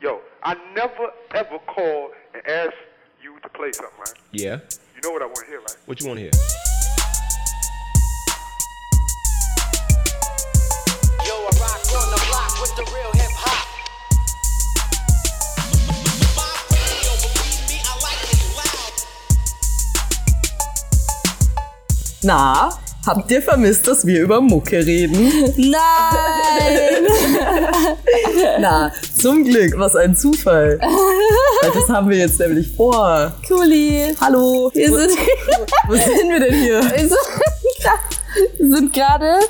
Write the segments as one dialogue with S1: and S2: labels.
S1: Yo, I never ever call and ask you to play something, right?
S2: Yeah.
S1: You know what I want to hear, right?
S2: What you want to hear?
S3: Yo, I rock on the block with the real hip hop. My radio, believe me, I like it loud.
S4: Na, habt ihr vermisst, dass wir über Mucke reden?
S5: Nein!
S4: Na, zum Glück, was ein Zufall. Weil das haben wir jetzt nämlich vor.
S5: Cooli!
S4: Hallo,
S5: Wir
S4: wo,
S5: sind,
S4: wo sind wir denn hier?
S5: wir sind- wir sind gerade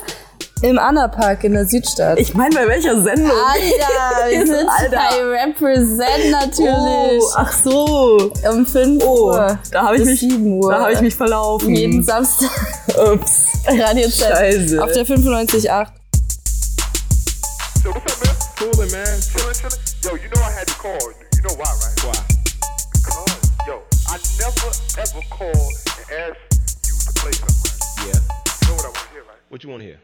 S5: im Anna-Park in der Südstadt.
S4: Ich meine, bei welcher Sendung?
S5: Ah, Alter, wir sind
S4: Alter.
S5: bei Represent natürlich.
S4: Oh, ach so.
S5: um 5
S4: Oh,
S5: Uhr.
S4: da habe ich,
S5: bis
S4: mich-
S5: 7 Uhr.
S4: da hab ich mich verlaufen.
S5: jeden Samstag
S4: Ups.
S5: Radio Chat
S4: Scheiße.
S5: auf der 95.8.
S1: Yo, what's up, man?
S2: Coolin', man.
S1: Chillin', chillin'. Yo, you know I had to call. You know why, right?
S2: Why?
S1: Because, yo, I never ever call and ask you to play something, right?
S2: Yeah.
S1: You know what I want to hear, right?
S2: What you want to hear?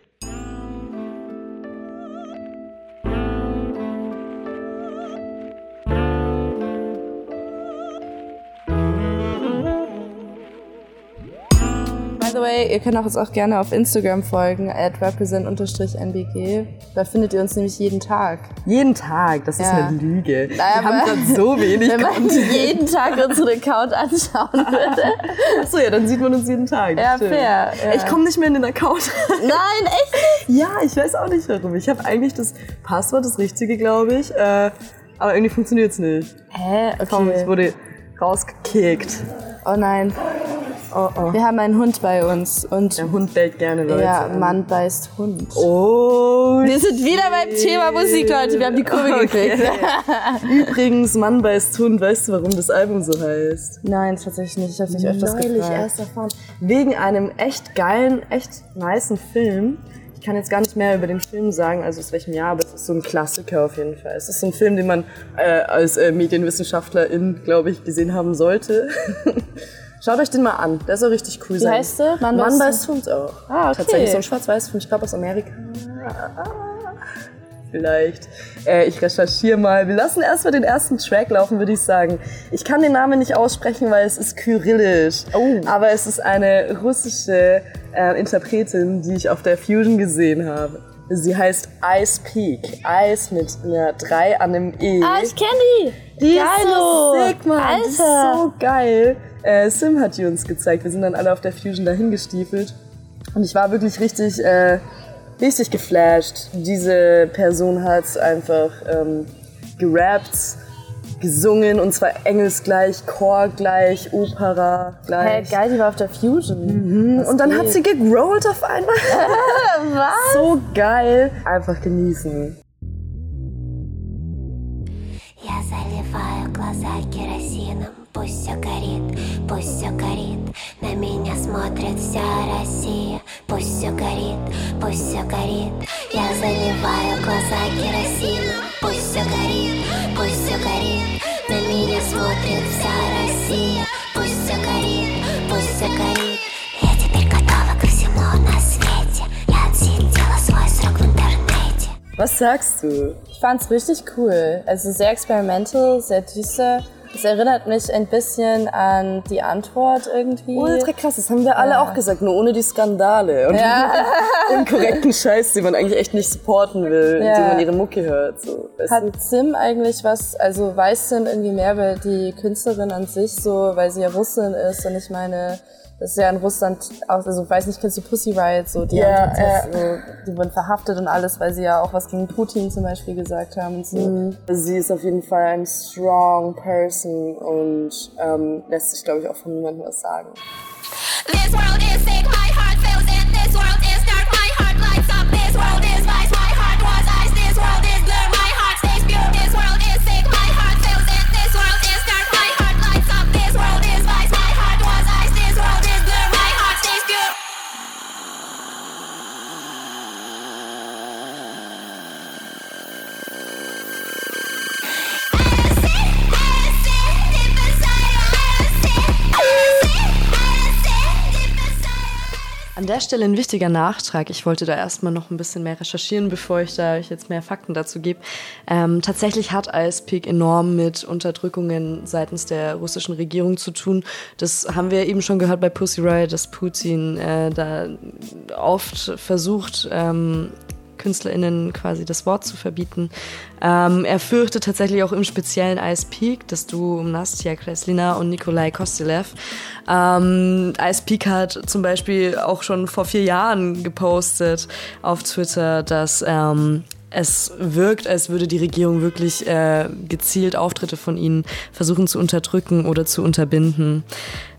S5: By the way, ihr könnt auch uns auch gerne auf Instagram folgen, at represent-nbg. Da findet ihr uns nämlich jeden Tag.
S4: Jeden Tag, das ist
S5: Ja.
S4: eine Lüge.
S5: Naja,
S4: wir haben
S5: aber-
S4: gerade so wenig
S5: Wenn man
S4: Content.
S5: jeden Tag unseren Account anschauen würde.
S4: Achso, ja, dann sieht man uns jeden Tag.
S5: Ja,
S4: stimmt.
S5: fair, ja.
S4: Ich komme nicht mehr in den Account.
S5: Nein, echt nicht?
S4: ja, ich weiß auch nicht warum. Ich habe eigentlich das Passwort, das richtige, glaube ich. Äh, aber irgendwie funktioniert es nicht.
S5: Hä?
S4: Komm, ich
S5: Okay.
S4: wurde rausgekickt.
S5: Oh nein.
S4: Oh, oh.
S5: Wir haben einen Hund bei uns und
S4: Der Hund bellt gerne, Leute.
S5: ja, Mann beißt Hund.
S4: Oh,
S5: Wir sind wieder beim Thema Musik, Leute. Wir haben die Kurve
S4: Okay.
S5: gekriegt.
S4: übrigens, Mann beißt Hund, weißt du, warum das Album so heißt?
S5: Nein, tatsächlich nicht. Ich habe mich öfters
S4: Neulich
S5: gefragt.
S4: erst erfahren. Wegen einem echt geilen, echt nicen Film. Ich kann jetzt gar nicht mehr über den Film sagen, also aus welchem Jahr, aber es ist so ein Klassiker auf jeden Fall. Es ist so ein Film, den man äh, als äh, Medienwissenschaftlerin, glaube ich, gesehen haben sollte. Schaut euch den mal an, der soll richtig cool sein.
S5: heißt der?
S4: Mann,
S5: Mann
S4: Mann beißt
S5: beißt
S4: Hund auch.
S5: Ah, okay.
S4: Tatsächlich so ein Schwarz-Weiß-Film, ich glaube aus Amerika.
S5: Ah.
S4: Vielleicht. Äh, ich recherchiere mal. Wir lassen erstmal den ersten Track laufen, würde ich sagen. Ich kann den Namen nicht aussprechen, weil es ist kyrillisch.
S5: Oh.
S4: Aber es ist eine russische äh, Interpretin, die ich auf der Fusion gesehen habe. Sie heißt Ice Peak. Ice mit einer 3 an einem E.
S5: Ah, ich kenne die.
S4: Die ist so
S5: Geilo.
S4: sick, Mann. Die ist
S5: Alter.
S4: so geil. Äh, Sim hat die uns gezeigt. Wir sind dann alle auf der Fusion dahin gestiefelt. Und ich war wirklich richtig, äh, richtig geflasht. Diese Person hat's einfach ähm, gerappt, gesungen und zwar engelsgleich, Chor gleich, Opera
S5: Hä,
S4: gleich.
S5: geil, die war auf der
S4: Mhm.
S5: Fusion.
S4: und dann hat sie gegrollt auf einmal. Was? So geil. Einfach genießen.
S6: Я заливаю глаза керосином Пусть все горит, пусть все горит На меня смотрит вся Россия Пусть все горит, пусть все горит Я заливаю глаза керосином Пусть все горит, пусть все горит На меня смотрит вся Россия Пусть все горит, пусть все горит Я теперь готова ко всему на свете Я отсидела свой срок в интернете
S4: Was sagst du?
S5: Ich fand's richtig cool. Also sehr experimental, sehr düster. Es erinnert mich ein bisschen an die Antwort irgendwie.
S4: Ultra krass, Oh, das haben wir alle
S5: Ja.
S4: auch gesagt, nur ohne die Skandale und
S5: Ja.
S4: den unkorrekten Scheiß, den man eigentlich echt nicht supporten will,
S5: Ja.
S4: den man ihre Mucke hört. So. Weißt du?
S5: Hat Sim eigentlich was, also weiß Sim irgendwie mehr über die Künstlerin an sich, so, weil sie ja Russin ist und ich meine, das ist ja in Russland auch, also weiß nicht, kennst du Pussy Riot, so, die,
S4: Ja,
S5: haben tatsächlich so, die wurden verhaftet und alles, weil sie ja auch was gegen Putin zum Beispiel gesagt haben und so.
S4: Sie ist auf jeden Fall ein strong person und ähm, lässt sich, glaube ich, auch von niemandem was sagen.
S6: This world is sick, my heart feels it. This world is dark, my heart lights up. This world is vice, my heart was ice. This world is blur, my heart stays pure. This world is sick, my heart feels it. This world is dark, my heart lights up. This world is vice, my heart was ice. This world is blur, my heart stays pure. deep inside.
S4: An der Stelle ein wichtiger Nachtrag. Ich wollte da erstmal noch ein bisschen mehr recherchieren, bevor ich da euch jetzt mehr Fakten dazu gebe. Ähm, tatsächlich hat Ice Peak enorm mit Unterdrückungen seitens der russischen Regierung zu tun. Das haben wir eben schon gehört bei Pussy Riot, dass Putin äh, da oft versucht, ähm, KünstlerInnen quasi das Wort zu verbieten. Ähm, er fürchtet tatsächlich auch im speziellen Ice Peak, das Duo um Nastya Kreslina und Nikolai Kostilev. Ähm, Ice Peak hat zum Beispiel auch schon vor vier Jahren gepostet auf Twitter, dass ähm, es wirkt, als würde die Regierung wirklich äh, gezielt Auftritte von ihnen versuchen zu unterdrücken oder zu unterbinden.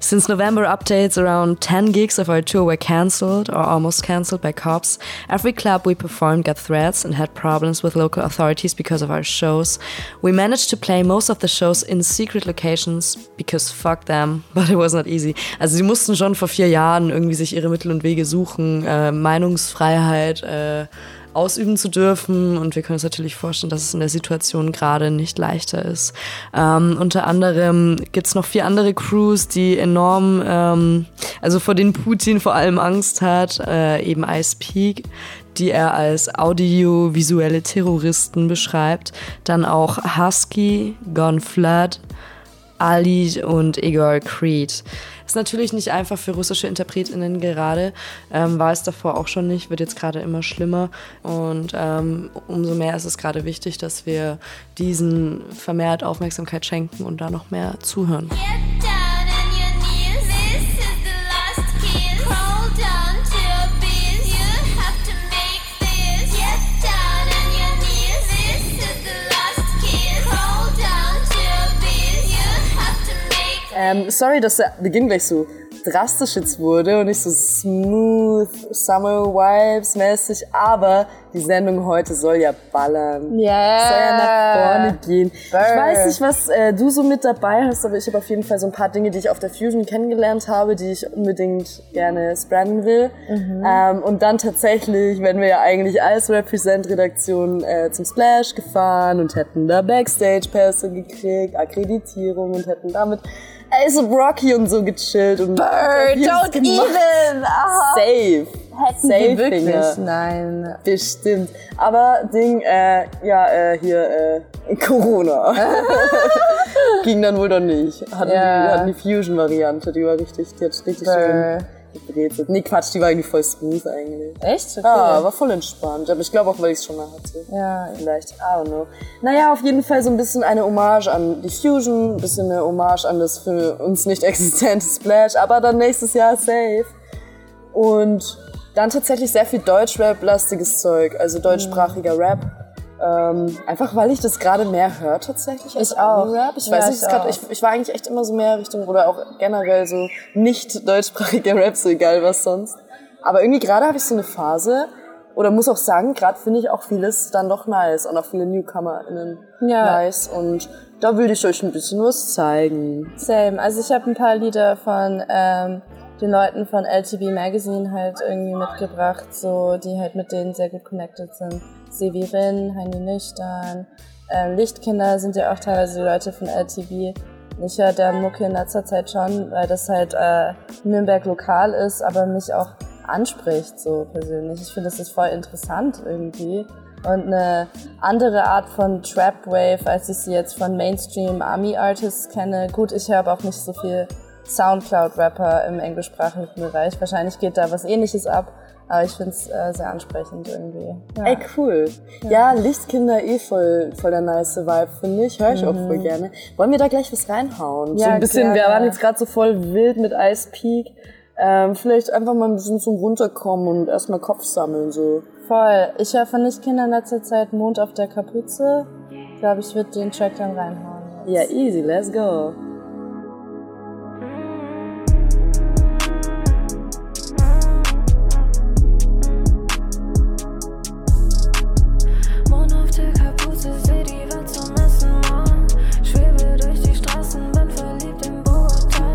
S4: Since November updates, around 10 gigs of our tour were cancelled or almost cancelled by cops. Every club we performed got threats and had problems with local authorities because of our shows. We managed to play most of the shows in secret locations because fuck them, but it was not easy. Also sie mussten schon vor vier Jahren irgendwie sich ihre Mittel und Wege suchen, äh, Meinungsfreiheit, äh, ausüben zu dürfen. Und wir können uns natürlich vorstellen, dass es in der Situation gerade nicht leichter ist. Ähm, unter anderem gibt's noch vier andere Crews, die enorm, ähm, also vor denen Putin vor allem Angst hat, äh, eben Ice Peak, die er als audiovisuelle Terroristen beschreibt. Dann auch Husky, Gone Flood, Ali und Igor Creed. Ist natürlich nicht einfach für russische InterpretInnen gerade, ähm, war es davor auch schon nicht, wird jetzt gerade immer schlimmer. Und ähm, umso mehr ist es gerade wichtig, dass wir diesen vermehrt Aufmerksamkeit schenken und da noch mehr zuhören.
S6: Get down on your knees. This is the last kiss. Hold on to your beat. You have to make this. Get down on your knees. This is the last kiss. Hold on to your beat. You have to make
S4: Ähm, sorry, dass der Beginn gleich so drastisch jetzt wurde und nicht so smooth, Summer Vibes mäßig, aber die Sendung heute soll ja ballern.
S5: Yeah.
S4: Soll ja nach vorne gehen. Ich
S5: Burn.
S4: weiß nicht, was äh, du so mit dabei hast, aber ich habe auf jeden Fall so ein paar Dinge, die ich auf der Fusion kennengelernt habe, die ich unbedingt gerne spreaden will.
S5: Mhm.
S4: Ähm, und dann tatsächlich, wenn wir ja eigentlich als Represent-Redaktion äh, zum Splash gefahren und hätten da Backstage-Pässe gekriegt, Akkreditierung und hätten damit Ace of Rocky und so gechillt und
S5: Burn,
S4: Wir haben's
S5: don't even. Ah.
S4: Safe.
S5: Hätten
S4: Safe
S5: wir wirklich?
S4: Finger.
S5: Nein.
S4: Bestimmt. Aber Ding, äh, ja, äh, hier, äh, Corona. Ging dann wohl doch nicht. Hatten,
S5: Ja.
S4: die, hatten die Fusion-Variante, die war richtig, die hat richtig
S5: Bäh.
S4: schön gebrezelt. Nee, Quatsch, die war eigentlich voll smooth eigentlich.
S5: Echt? Okay.
S4: Ja, war voll entspannt. Aber ich glaube auch, weil ich es schon mal hatte.
S5: Ja.
S4: Vielleicht, I don't know. Naja, auf jeden Fall so ein bisschen eine Hommage an die Fusion, ein bisschen eine Hommage an das für uns nicht existente Splash, aber dann nächstes Jahr safe. Und dann tatsächlich sehr viel Deutschrap-lastiges Zeug, also deutschsprachiger Rap. Ähm, einfach weil ich das gerade mehr höre tatsächlich als
S5: Ich auch.
S4: Ami-Rap. Ich
S5: Ja,
S4: weiß
S5: ich
S4: nicht, es ist grad,
S5: auch.
S4: ich, ich war eigentlich echt immer so mehr Richtung oder auch generell so nicht deutschsprachiger Rap, so egal was sonst. Aber irgendwie gerade habe ich so eine Phase oder muss auch sagen, gerade finde ich auch vieles dann doch nice und auch viele NewcomerInnen
S5: Ja.
S4: nice und da will ich euch ein bisschen was zeigen.
S5: Same. Also ich habe ein paar Lieder von ähm, den Leuten von LTV Magazine halt irgendwie mitgebracht, so die halt mit denen sehr gut connected sind. Severin, Heini Nüchtern, ähm, Lichtkinder sind ja auch teilweise die Leute von LTV. Ich höre der Mucke in letzter Zeit schon, weil das halt äh, Nürnberg lokal ist, aber mich auch anspricht so persönlich. Ich finde, das ist voll interessant irgendwie und eine andere Art von Trap Wave, als ich sie jetzt von Mainstream Army Artists kenne. Gut, ich höre aber auch nicht so viel Soundcloud Rapper im englischsprachigen Bereich. Wahrscheinlich geht da was ähnliches ab, aber ich finde es äh, sehr ansprechend irgendwie. Ja.
S4: Ey, cool. Ja, Lichtkinder eh voll, voll der nice Vibe, finde ich. Höre ich auch voll gerne. Wollen wir da gleich was reinhauen? so
S5: Ja,
S4: ein bisschen, wir
S5: gerne.
S4: waren jetzt gerade so voll wild mit Ice Peak. Ähm, vielleicht einfach mal ein bisschen zum Runterkommen und erstmal Kopf sammeln, so.
S5: Voll. Ich höre von Nichtkinder in letzter Zeit Mond auf der Kapuze. Glaube ich, wird den Track dann reinhauen.
S4: Ja, easy, let's go.
S7: Mond auf der Kapuze, seh die Welt zum ersten Mal. Schwebe durch die Straßen, bin verliebt in Bogota.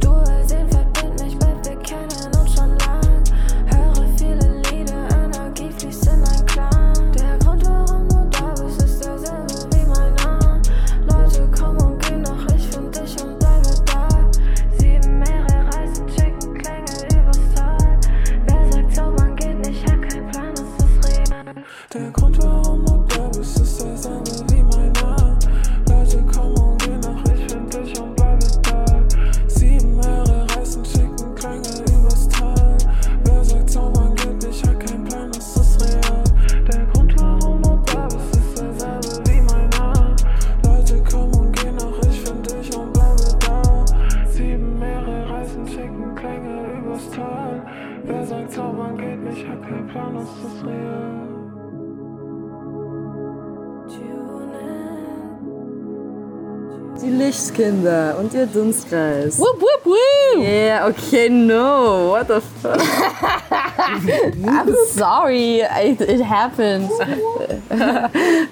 S7: Dual sehen, verbindet mich, bald wir kennen uns schon lang. Höre viele Lieder, Energie fließt in mein Klang. Der Grund, warum du da bist, ist derselbe wie mein Name. Leute kommen und gehen, doch ich finde
S8: Die Lichtkinder und ihr Dunstkreis.
S5: Wup, wup, wup.
S8: Yeah, okay, no. What the fuck?
S5: I'm sorry, it, it happened.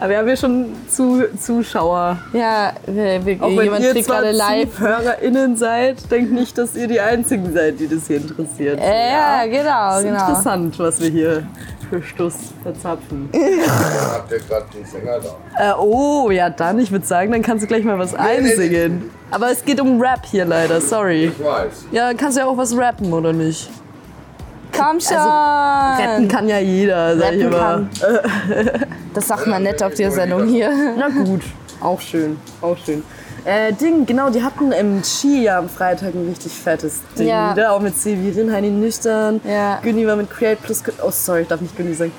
S8: Aber wir haben ja schon zu, Zuschauer.
S5: Ja, wir, wir,
S8: Auch wenn
S5: jemand
S8: ihr
S5: kriegt
S8: zwar
S5: gerade live.
S8: HörerInnen seid, denkt nicht, dass ihr die Einzigen seid, die das hier interessiert.
S5: Äh, ja, genau,
S8: Das ist
S5: genau.
S8: interessant, was wir hier für Stuss verzapfen.
S9: Habt ihr gerade den Sänger da?
S8: Äh, oh, ja dann, ich würde sagen, dann kannst du gleich mal was einsingen. Aber es geht um Rap hier leider, sorry.
S9: Ich weiß.
S8: Ja, dann kannst du ja auch was rappen, oder nicht?
S5: Komm
S4: Also,
S5: schon.
S8: Rappen kann ja jeder, sag ich
S5: Rappen
S8: immer.
S5: Das sagt man nett auf der Sendung hier.
S8: Na gut, auch schön, auch schön. Äh, Ding, genau, die hatten im Chi ja am Freitag ein richtig fettes Ding.
S5: Ja.
S8: Da auch mit Severin, Heini Nüchtern.
S5: Ja.
S8: Günni war mit Create Plus. Con- Oh, sorry, ich darf nicht Günni sagen.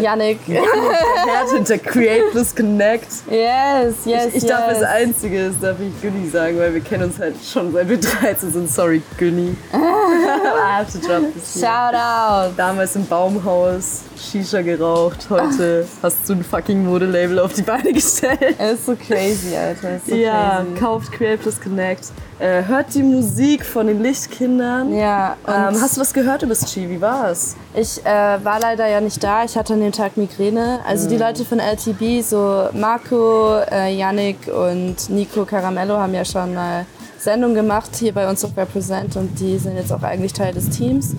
S5: Yannick.
S8: Der Herd hinter Create Plus Connect.
S5: Yes, yes,
S8: Ich
S5: yes.
S8: darf das Einzige, das darf ich Günni sagen, weil wir kennen uns halt schon seit wir 13 sind. Sorry, Günni. I have to drop this here.
S5: Shout out.
S8: Damals im Baumhaus, Shisha geraucht, heute hast du ein fucking Modelabel auf die Beine gestellt.
S5: Ah. Es ist so crazy, Alter. Ist so
S8: Ja,
S5: crazy.
S8: kauft Create Plus Connect. Äh, hört die Musik von den Lichtkindern.
S5: Ja, und
S8: Ähm, hast du was gehört über das Chi? Wie war's?
S5: ich äh, war leider ja nicht da. Ich hatte an dem Tag Migräne. Also die Leute von LTB, so Marco, äh, Yannick und Nico Caramello haben ja schon mal Sendung gemacht hier bei uns auf Represent und die sind jetzt auch eigentlich Teil des Teams.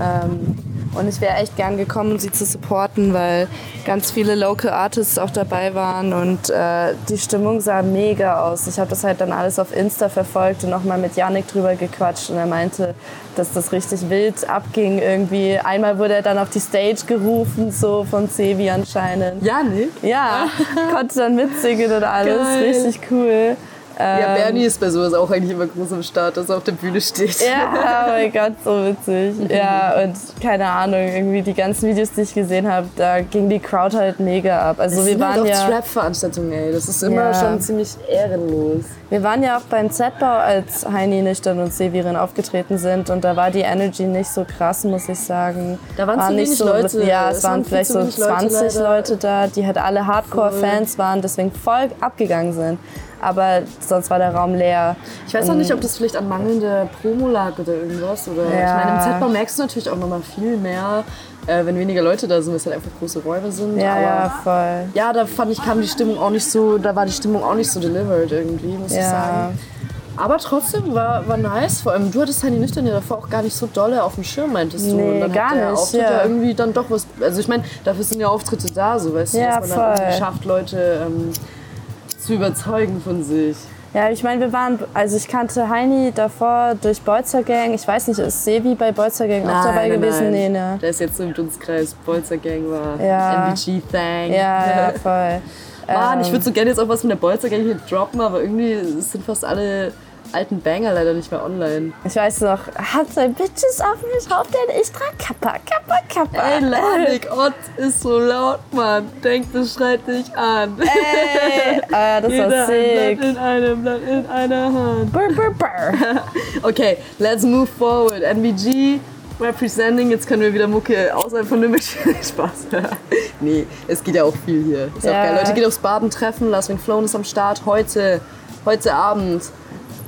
S5: Ähm, und ich wäre echt gern gekommen, sie zu supporten, weil ganz viele Local Artists auch dabei waren und äh, die Stimmung sah mega aus. Ich habe das halt dann alles auf Insta verfolgt und nochmal mit Yannick drüber gequatscht und er meinte, dass das richtig wild abging irgendwie. Einmal wurde er dann auf die Stage gerufen, so von Sevi anscheinend.
S8: Ja, nee.
S5: Ja, ne. konnte dann mitsingen und alles.
S8: Geil.
S5: Richtig cool.
S8: Ja,
S5: Ähm,
S8: Bernie ist bei sowas auch eigentlich immer groß am Start, dass er auf der Bühne steht.
S5: Ja, oh mein Gott, so witzig. Ja, und keine Ahnung, irgendwie die ganzen Videos, die ich gesehen habe, da ging die Crowd halt mega ab. Also wir
S8: halt
S5: waren, ja,
S8: Trap-Veranstaltungen, ey. Das ist
S5: immer schon
S8: ziemlich ehrenlos.
S5: wir waren ja auch beim Z-Bau, als Heini Nüchtern und Severin aufgetreten sind und da war die Energy nicht so krass, muss ich sagen.
S8: Da waren zu
S5: nicht
S8: wenig
S5: so,
S8: Leute.
S5: Ja,
S8: Es
S5: es, waren
S8: waren viel
S5: vielleicht
S8: zu
S5: so
S8: wenig Leute
S5: 20
S8: leider.
S5: Leute da, die halt alle Hardcore-Fans waren, deswegen voll abgegangen sind. Aber sonst war der Raum leer.
S8: Ich weiß auch nicht, ob das vielleicht an mangelnder Promo lag oder irgendwas. Oder
S5: Ja.
S8: Ich meine, im Z-Bau merkst du natürlich auch nochmal viel mehr, äh, wenn weniger Leute da sind, weil es halt einfach große Räume sind.
S5: Ja,
S8: aber
S5: ja, voll.
S8: Ja, da fand ich, kam die Stimmung auch nicht so, da war die Stimmung auch nicht so delivered irgendwie, muss ich
S5: Ja.
S8: sagen. Aber trotzdem war, war nice. Vor allem, du hattest Handy Nüchtern ja davor auch gar nicht so dolle auf dem Schirm, meintest du.
S5: Nee,
S8: und dann
S5: gar
S8: hat der
S5: nicht,
S8: Auftritt
S5: ja.
S8: ja irgendwie dann doch was. Also ich meine, dafür sind ja Auftritte da, so weißt du,
S5: Ja,
S8: dass man dann
S5: voll.
S8: irgendwie schafft, Leute ähm, zu überzeugen von sich.
S5: Ja, ich meine, wir waren, also ich kannte Heini davor durch Bolzer Gang. Ich weiß nicht, ist Sebi bei Bolzer Gang auch dabei gewesen? Nee, ne?
S8: Der ist jetzt im Dunstkreis, Bolzer Gang war
S5: Ja.
S8: MBG Thang.
S5: Ja, ja, voll.
S8: Mann, ich
S5: Ähm,
S8: würde so gerne jetzt auch was von der Bolzer Gang hier droppen, aber irgendwie sind fast alle alten Banger leider nicht mehr online.
S5: Ich weiß noch, hat sein Bitches auf mich rauf, denn ich trag Kappa, Kappa, Kappa.
S8: Ey, Lanik, Ott ist so laut, Mann. Denk, das schreit dich an.
S5: Ey, ah, das war
S8: Jeder ein
S5: sick.
S8: Blatt in einem Blatt in einer Hand.
S5: Brr, brr, brr.
S8: Okay, let's move forward. NBG representing. Jetzt können wir wieder Mucke außerhalb von Nürnberg. Spaß. nee, es geht ja auch viel hier. Ist
S5: Ja.
S8: auch geil. Leute, geht aufs Baden-Treffen. Last Wing Flown ist am Start heute. Heute Abend.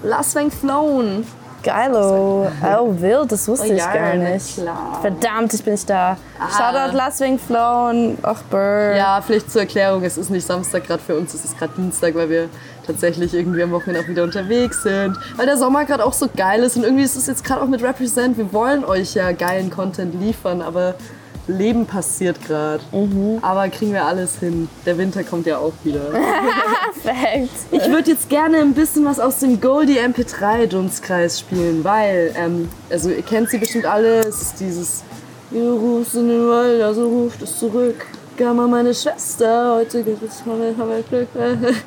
S8: Last Wing Flown.
S5: Geilo. Oh, wild, das wusste ich
S8: ja,
S5: gar
S8: na
S5: nicht.
S8: klar.
S5: Verdammt, ich bin nicht da. Shoutout Last Wing Flown. Och, brr.
S8: Ja, vielleicht zur Erklärung, es ist nicht Samstag gerade für uns, es ist gerade Dienstag, weil wir tatsächlich irgendwie am Wochenende auch wieder unterwegs sind. Weil der Sommer gerade auch so geil ist und irgendwie ist es jetzt gerade auch mit Represent, wir wollen euch ja geilen Content liefern, aber Leben passiert gerade.
S5: Mhm.
S8: Aber kriegen wir alles hin. Der Winter kommt ja auch wieder.
S5: Perfekt.
S8: Ich würde jetzt gerne ein bisschen was aus dem Goldie MP3-Dunstkreis spielen, weil, ähm, also ihr kennt sie bestimmt alle, es ist dieses Ihr ruft in den Wald, also ruft es zurück. Gamma, meine Schwester, heute gibt es Hamel, Hamel, Glück.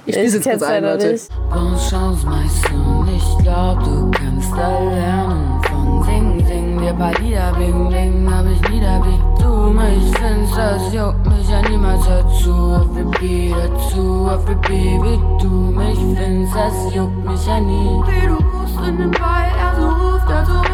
S8: Ich spiel's jetzt kurz
S5: kenn's
S8: ein,
S5: leider
S8: Leute.
S5: nicht.
S4: Bonne Chance, mein Sohn. Ich glaub, du kannst da lernen von Sing Sing. Der Padida Bling Bling hab ich nieder wie du mich findest. Das juckt mich ja niemals dazu. Auf Repeat dazu, auf Repeat wie du mich findest. Das juckt mich ja nie. Wie du rufst in den Ball, also ruft er zurück.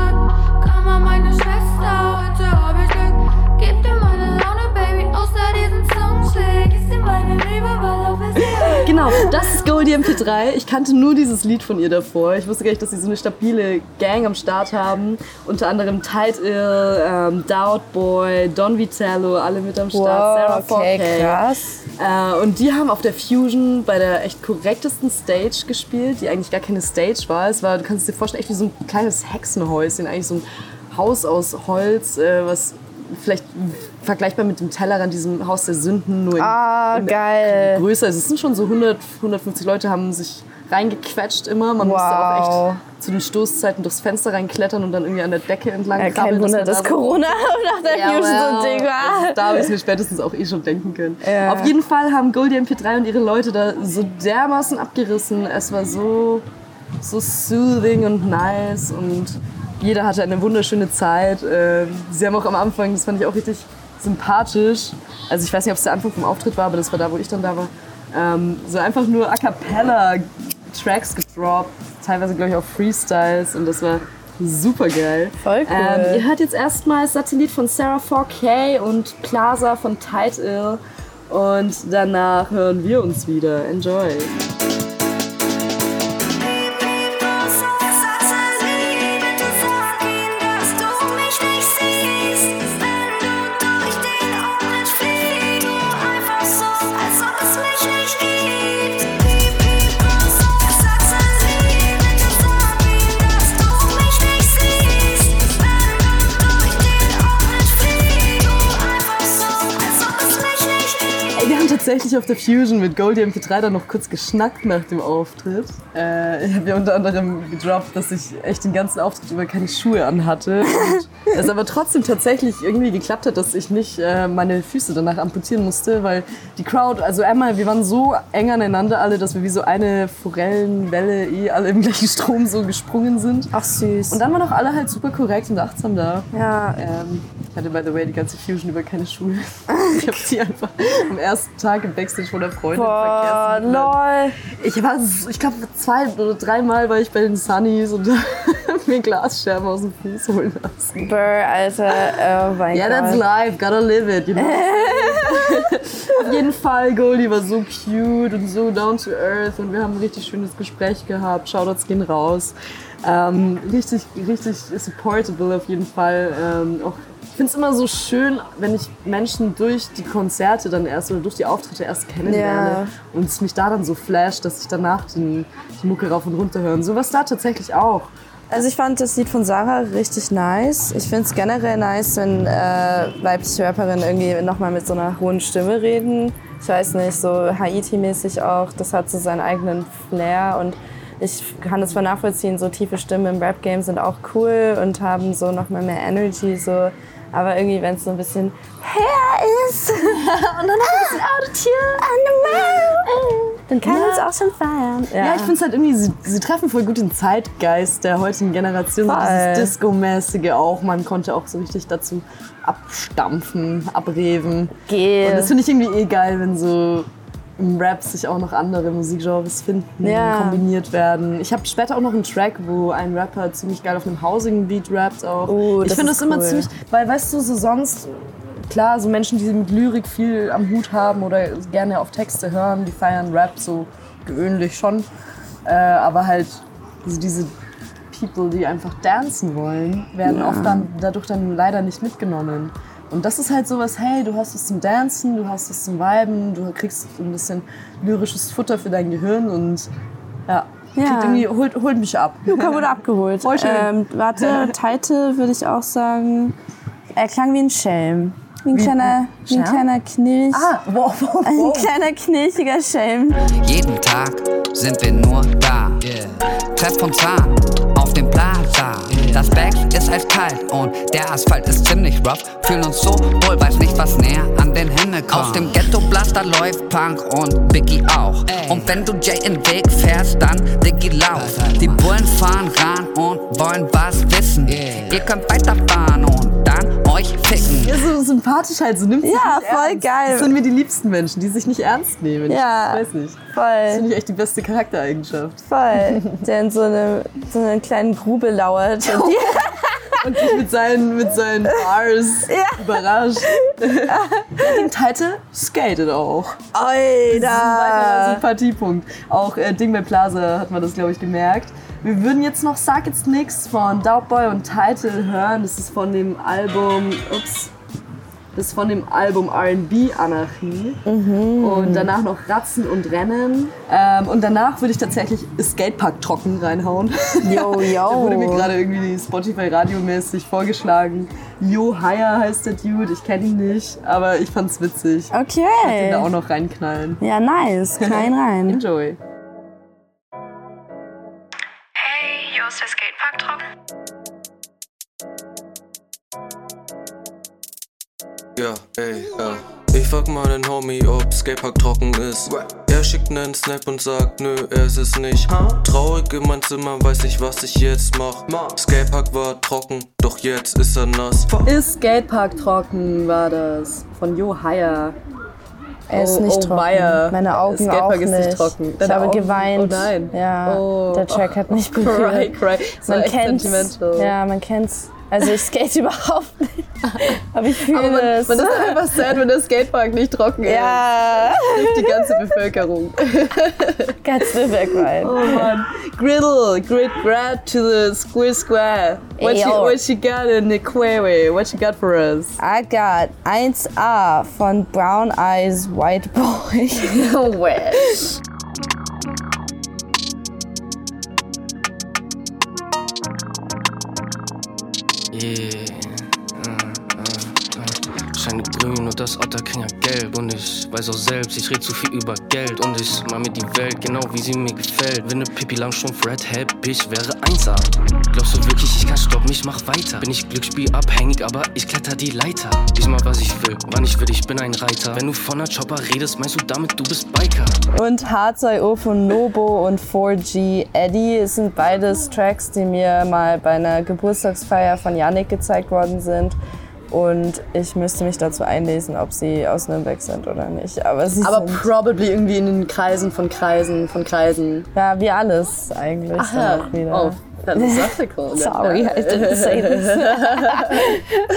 S4: Komm an meine Schwester, heute hab ich Glück. Gib dir meine Laune, Baby, außer diesen Song. Schick ist dir meine Liebe, weil auf es
S8: Genau, das ist Goldie MP3. Ich kannte nur dieses Lied von ihr davor. Ich wusste gar nicht, dass sie so eine stabile Gang am Start haben. Unter anderem Tight Ill, ähm, Doubt Boy, Don Vitello, alle mit am Start.
S5: Wow, okay,
S8: 4K.
S5: krass.
S8: Äh, und die haben auf der Fusion bei der echt korrektesten Stage gespielt, die eigentlich gar keine Stage war. Es war, du kannst es dir vorstellen, echt wie so ein kleines Hexenhäuschen, eigentlich so ein Haus aus Holz, äh, was vielleicht vergleichbar mit dem Tellerrand, diesem Haus der Sünden, nur in,
S5: Ah,
S8: in
S5: geil.
S8: größer. Also es sind schon so 100, 150 Leute haben sich reingequetscht immer. Man musste auch
S5: Wow.
S8: echt zu den Stoßzeiten durchs Fenster reinklettern und dann irgendwie an der Decke entlang
S5: Ja, Äh, kein
S8: krabbeln, dass
S5: Wunder,
S8: man
S5: dass
S8: da so-
S5: Corona nach der
S8: ja,
S5: Fusion so ein
S8: well,
S5: Ding war.
S8: also Da habe ich mir spätestens auch eh schon denken können.
S5: Ja.
S8: Auf jeden Fall haben Goldie MP3 und ihre Leute da so dermaßen abgerissen. Es war so, so soothing und nice und jeder hatte eine wunderschöne Zeit. Ähm, Sie haben auch am Anfang, das fand ich auch richtig sympathisch, also ich weiß nicht, ob es der Anfang vom Auftritt war, aber das war da, wo ich dann da war, ähm, so einfach nur A Cappella Tracks gedroppt, teilweise glaube ich auch Freestyles und das war super geil.
S5: Voll cool.
S8: Ähm, ihr hört jetzt erstmal Satellit von Sarah 4K und Plaza von Tight Ill. Und danach hören wir uns wieder. Enjoy. Ey, wir haben tatsächlich auf der Fusion mit Goldie MP3 dann noch kurz geschnackt nach dem Auftritt. Äh, ich habe ja unter anderem gedroppt, dass ich echt den ganzen Auftritt über keine Schuhe anhatte. Und es aber trotzdem tatsächlich irgendwie geklappt hat, dass ich nicht äh, meine Füße danach amputieren musste, weil die Crowd, also einmal, wir waren so eng aneinander alle, dass wir wie so eine Forellenwelle eh alle im gleichen Strom so gesprungen sind.
S5: Ach süß.
S8: Und dann waren auch alle halt super korrekt und achtsam da.
S5: ja,
S8: Ähm, ich hatte, by the way, die ganze Fusion über keine Schuhe. Ich habe sie einfach am ersten Tag im Backstage von der Freundin
S5: boah,
S8: vergessen.
S5: Oh, lol.
S8: Ich war, so- ich glaube, zwei oder dreimal war ich bei den Sunnys und hab mir Glasscherben aus dem Fuß holen lassen.
S5: Brr, Alter, oh mein
S8: Ja,
S5: Gott.
S8: that's life, gotta live it, you know? Auf jeden Fall, Goldie war so cute und so down to earth und wir haben ein richtig schönes Gespräch gehabt. Shoutouts gehen raus. Ähm, richtig, richtig supportable auf jeden Fall. Ähm, auch, ich finde es immer so schön, wenn ich Menschen durch die Konzerte dann erst oder durch die Auftritte erst kennenlerne
S5: Ja.
S8: und es mich da dann so flasht, dass ich danach den, die Mucke rauf und runter höre. Und sowas da tatsächlich auch.
S5: Also ich fand das Lied von Sarah richtig nice. Ich finde es generell nice, wenn äh, weibliche Rapperinnen irgendwie nochmal mit so einer hohen Stimme reden. Ich weiß nicht, so Haiti-mäßig auch. Das hat so seinen eigenen Flair und ich kann das voll nachvollziehen. So tiefe Stimmen im Rap-Game sind auch cool und haben so nochmal mehr Energy. So. Aber irgendwie, wenn es so ein bisschen her ist und dann ist es Autotune an dann kann man es auch schon feiern.
S8: Ja, ich finde es halt irgendwie, sie, sie treffen voll gut den Zeitgeist der heutigen Generation. So
S5: Voll.
S8: dieses Disco-mäßige auch. Man konnte auch so richtig dazu abstampfen, abreven.
S5: Geh.
S8: Und das finde ich irgendwie eh geil, wenn so im Rap sich auch noch andere Musikgenres finden,
S5: Ja.
S8: kombiniert werden. Ich habe später auch noch einen Track, wo ein Rapper ziemlich geil auf einem housing Beat rappt auch.
S5: Oh,
S8: ich
S5: das
S8: finde
S5: ist
S8: das immer
S5: cool.
S8: ziemlich, weil weißt du, so sonst klar, so Menschen, die mit Lyrik viel am Hut haben oder gerne auf Texte hören, die feiern Rap so gewöhnlich schon. Äh, aber halt also diese People, die einfach dancen wollen, werden oft dann dadurch dann leider nicht mitgenommen. Und das ist halt sowas, hey, du hast was zum Dancen, du hast was zum Viben, du kriegst ein bisschen lyrisches Futter für dein Gehirn und ja,
S5: Ja.
S8: kriegt irgendwie, holt, holt mich ab.
S5: Luca wurde abgeholt.
S8: Voll schön.
S5: Ähm, warte, Title würde ich auch sagen. Er klang wie ein Schelm. Wie ein kleiner, wie ein
S8: Schelm?
S5: kleiner Knilch.
S8: Ah, wow, wow,
S5: Ein
S8: wow.
S5: kleiner knilchiger Schelm.
S3: Jeden Tag sind wir nur da. Treff uns an auf dem Plaza. Das Back ist eiskalt und der Asphalt ist ziemlich rough. Fühlen uns so wohl, weiß nicht, was näher an den Himmel kommt. Auf dem Ghetto Blaster läuft Punk und Biggie auch. Und wenn du Jay in Weg fährst, dann Diggy lauf. Die Bullen fahren ran und wollen was wissen. Ihr könnt weiterfahren und dann euch ficken.
S8: Ja, so sympathisch halt, so nimmt sich
S5: Ja,
S8: nicht
S5: voll
S8: ernst.
S5: geil.
S8: Das sind mir die liebsten Menschen, die sich nicht ernst nehmen.
S5: Ja.
S8: Ich weiß nicht. Das
S5: Voll,
S8: finde ich echt die beste Charaktereigenschaft.
S5: voll. Der in so, einem so einer kleinen Grube lauert. Und die,
S8: Und dich mit seinen, mit seinen Bars überrascht. Mit dem Titel skatet auch. Das ist ein
S10: Alter!
S8: Sympathiepunkt. Auch äh, Ding bei Plaza hat man das, glaube ich, gemerkt. Wir würden jetzt noch Sag jetzt nix von Doubtboy und Title hören. Das ist von dem Album. Ups. Das ist von dem Album RB Anarchie. Und danach noch Ratzen und Rennen. Ähm, und danach würde ich tatsächlich Skatepark trocken reinhauen.
S10: Yo, yo.
S8: da wurde mir gerade irgendwie Spotify radiomäßig vorgeschlagen. Yo Haya heißt der Dude. Ich kenne ihn nicht, aber ich fand's witzig.
S5: Äh.
S8: Den da auch
S10: Okay.
S8: noch reinknallen.
S10: Ja, nice. Klein rein.
S8: Enjoy.
S7: Hey, yo, ist der Skatepark trocken?
S11: Ja, ey, ja. Ich frag mal den Homie, ob Skatepark trocken ist. Er schickt nen Snap und sagt, nö, es ist nicht. Traurig in mein Zimmer, weiß nicht, was ich jetzt mach. Skatepark war trocken, doch jetzt ist er nass.
S8: Ist Skatepark trocken, war das. Von Jo Haya.
S5: Er ist
S8: Oh,
S5: nicht
S8: oh,
S5: trocken.
S8: weia.
S5: Meine Augen
S8: Skatepark
S5: auch
S8: ist nicht
S5: nicht.
S8: trocken.
S5: Ich
S8: Deine
S5: habe
S8: Augen-
S5: geweint.
S8: oh nein.
S5: Ja,
S8: Oh.
S5: der Track hat mich berührt.
S8: Cry, cry. Das war
S5: Man
S8: echt
S5: kennt's.
S8: sentimental.
S5: Ja, man kennt's. Also ich skate überhaupt nicht. Aber ich fühle
S8: Aber man, man
S5: es.
S8: ist einfach sad, wenn der Skatepark nicht trocken
S5: ja,
S8: ist. Trifft die ganze Bevölkerung.
S5: ganz weg rein.
S8: Oh Mann. Griddle, grid grad to the square square. What, you,
S5: Ayo.
S8: what you got in the query? What you got for us?
S5: I got 1A von Brown Eyes White Boy.
S8: Wesh.
S11: Yeah. Mm, mm, mm. Scheine grün und das Otterkringer gelb Und ich weiß auch selbst, ich red zu viel über Geld Und ich mach mir die Welt genau wie sie mir gefällt Wenn ne Pippi Langstrumpf Red Hat, ich wäre einsam Glaubst du wirklich, ich kann stoppen, ich mach weiter Bin ich glücksspielabhängig, aber ich kletter die Leiter Ich mach was ich will, wann ich will, ich bin ein Reiter Wenn du von einer Chopper redest, meinst du damit, du bist Biker
S5: Und H2O von Lobo und 4G Eddie Es sind beides Tracks, die mir mal bei einer Geburtstagsfeier von Yannick gezeigt worden sind. Und ich müsste mich dazu einlesen, ob sie aus Nürnberg sind oder nicht. Aber, sie
S8: Aber
S5: sind,
S8: probably irgendwie in den Kreisen von Kreisen von Kreisen.
S5: ja, wie alles eigentlich. dann auch wieder.
S8: Oh, philosophical.
S5: Sorry, I didn't say this.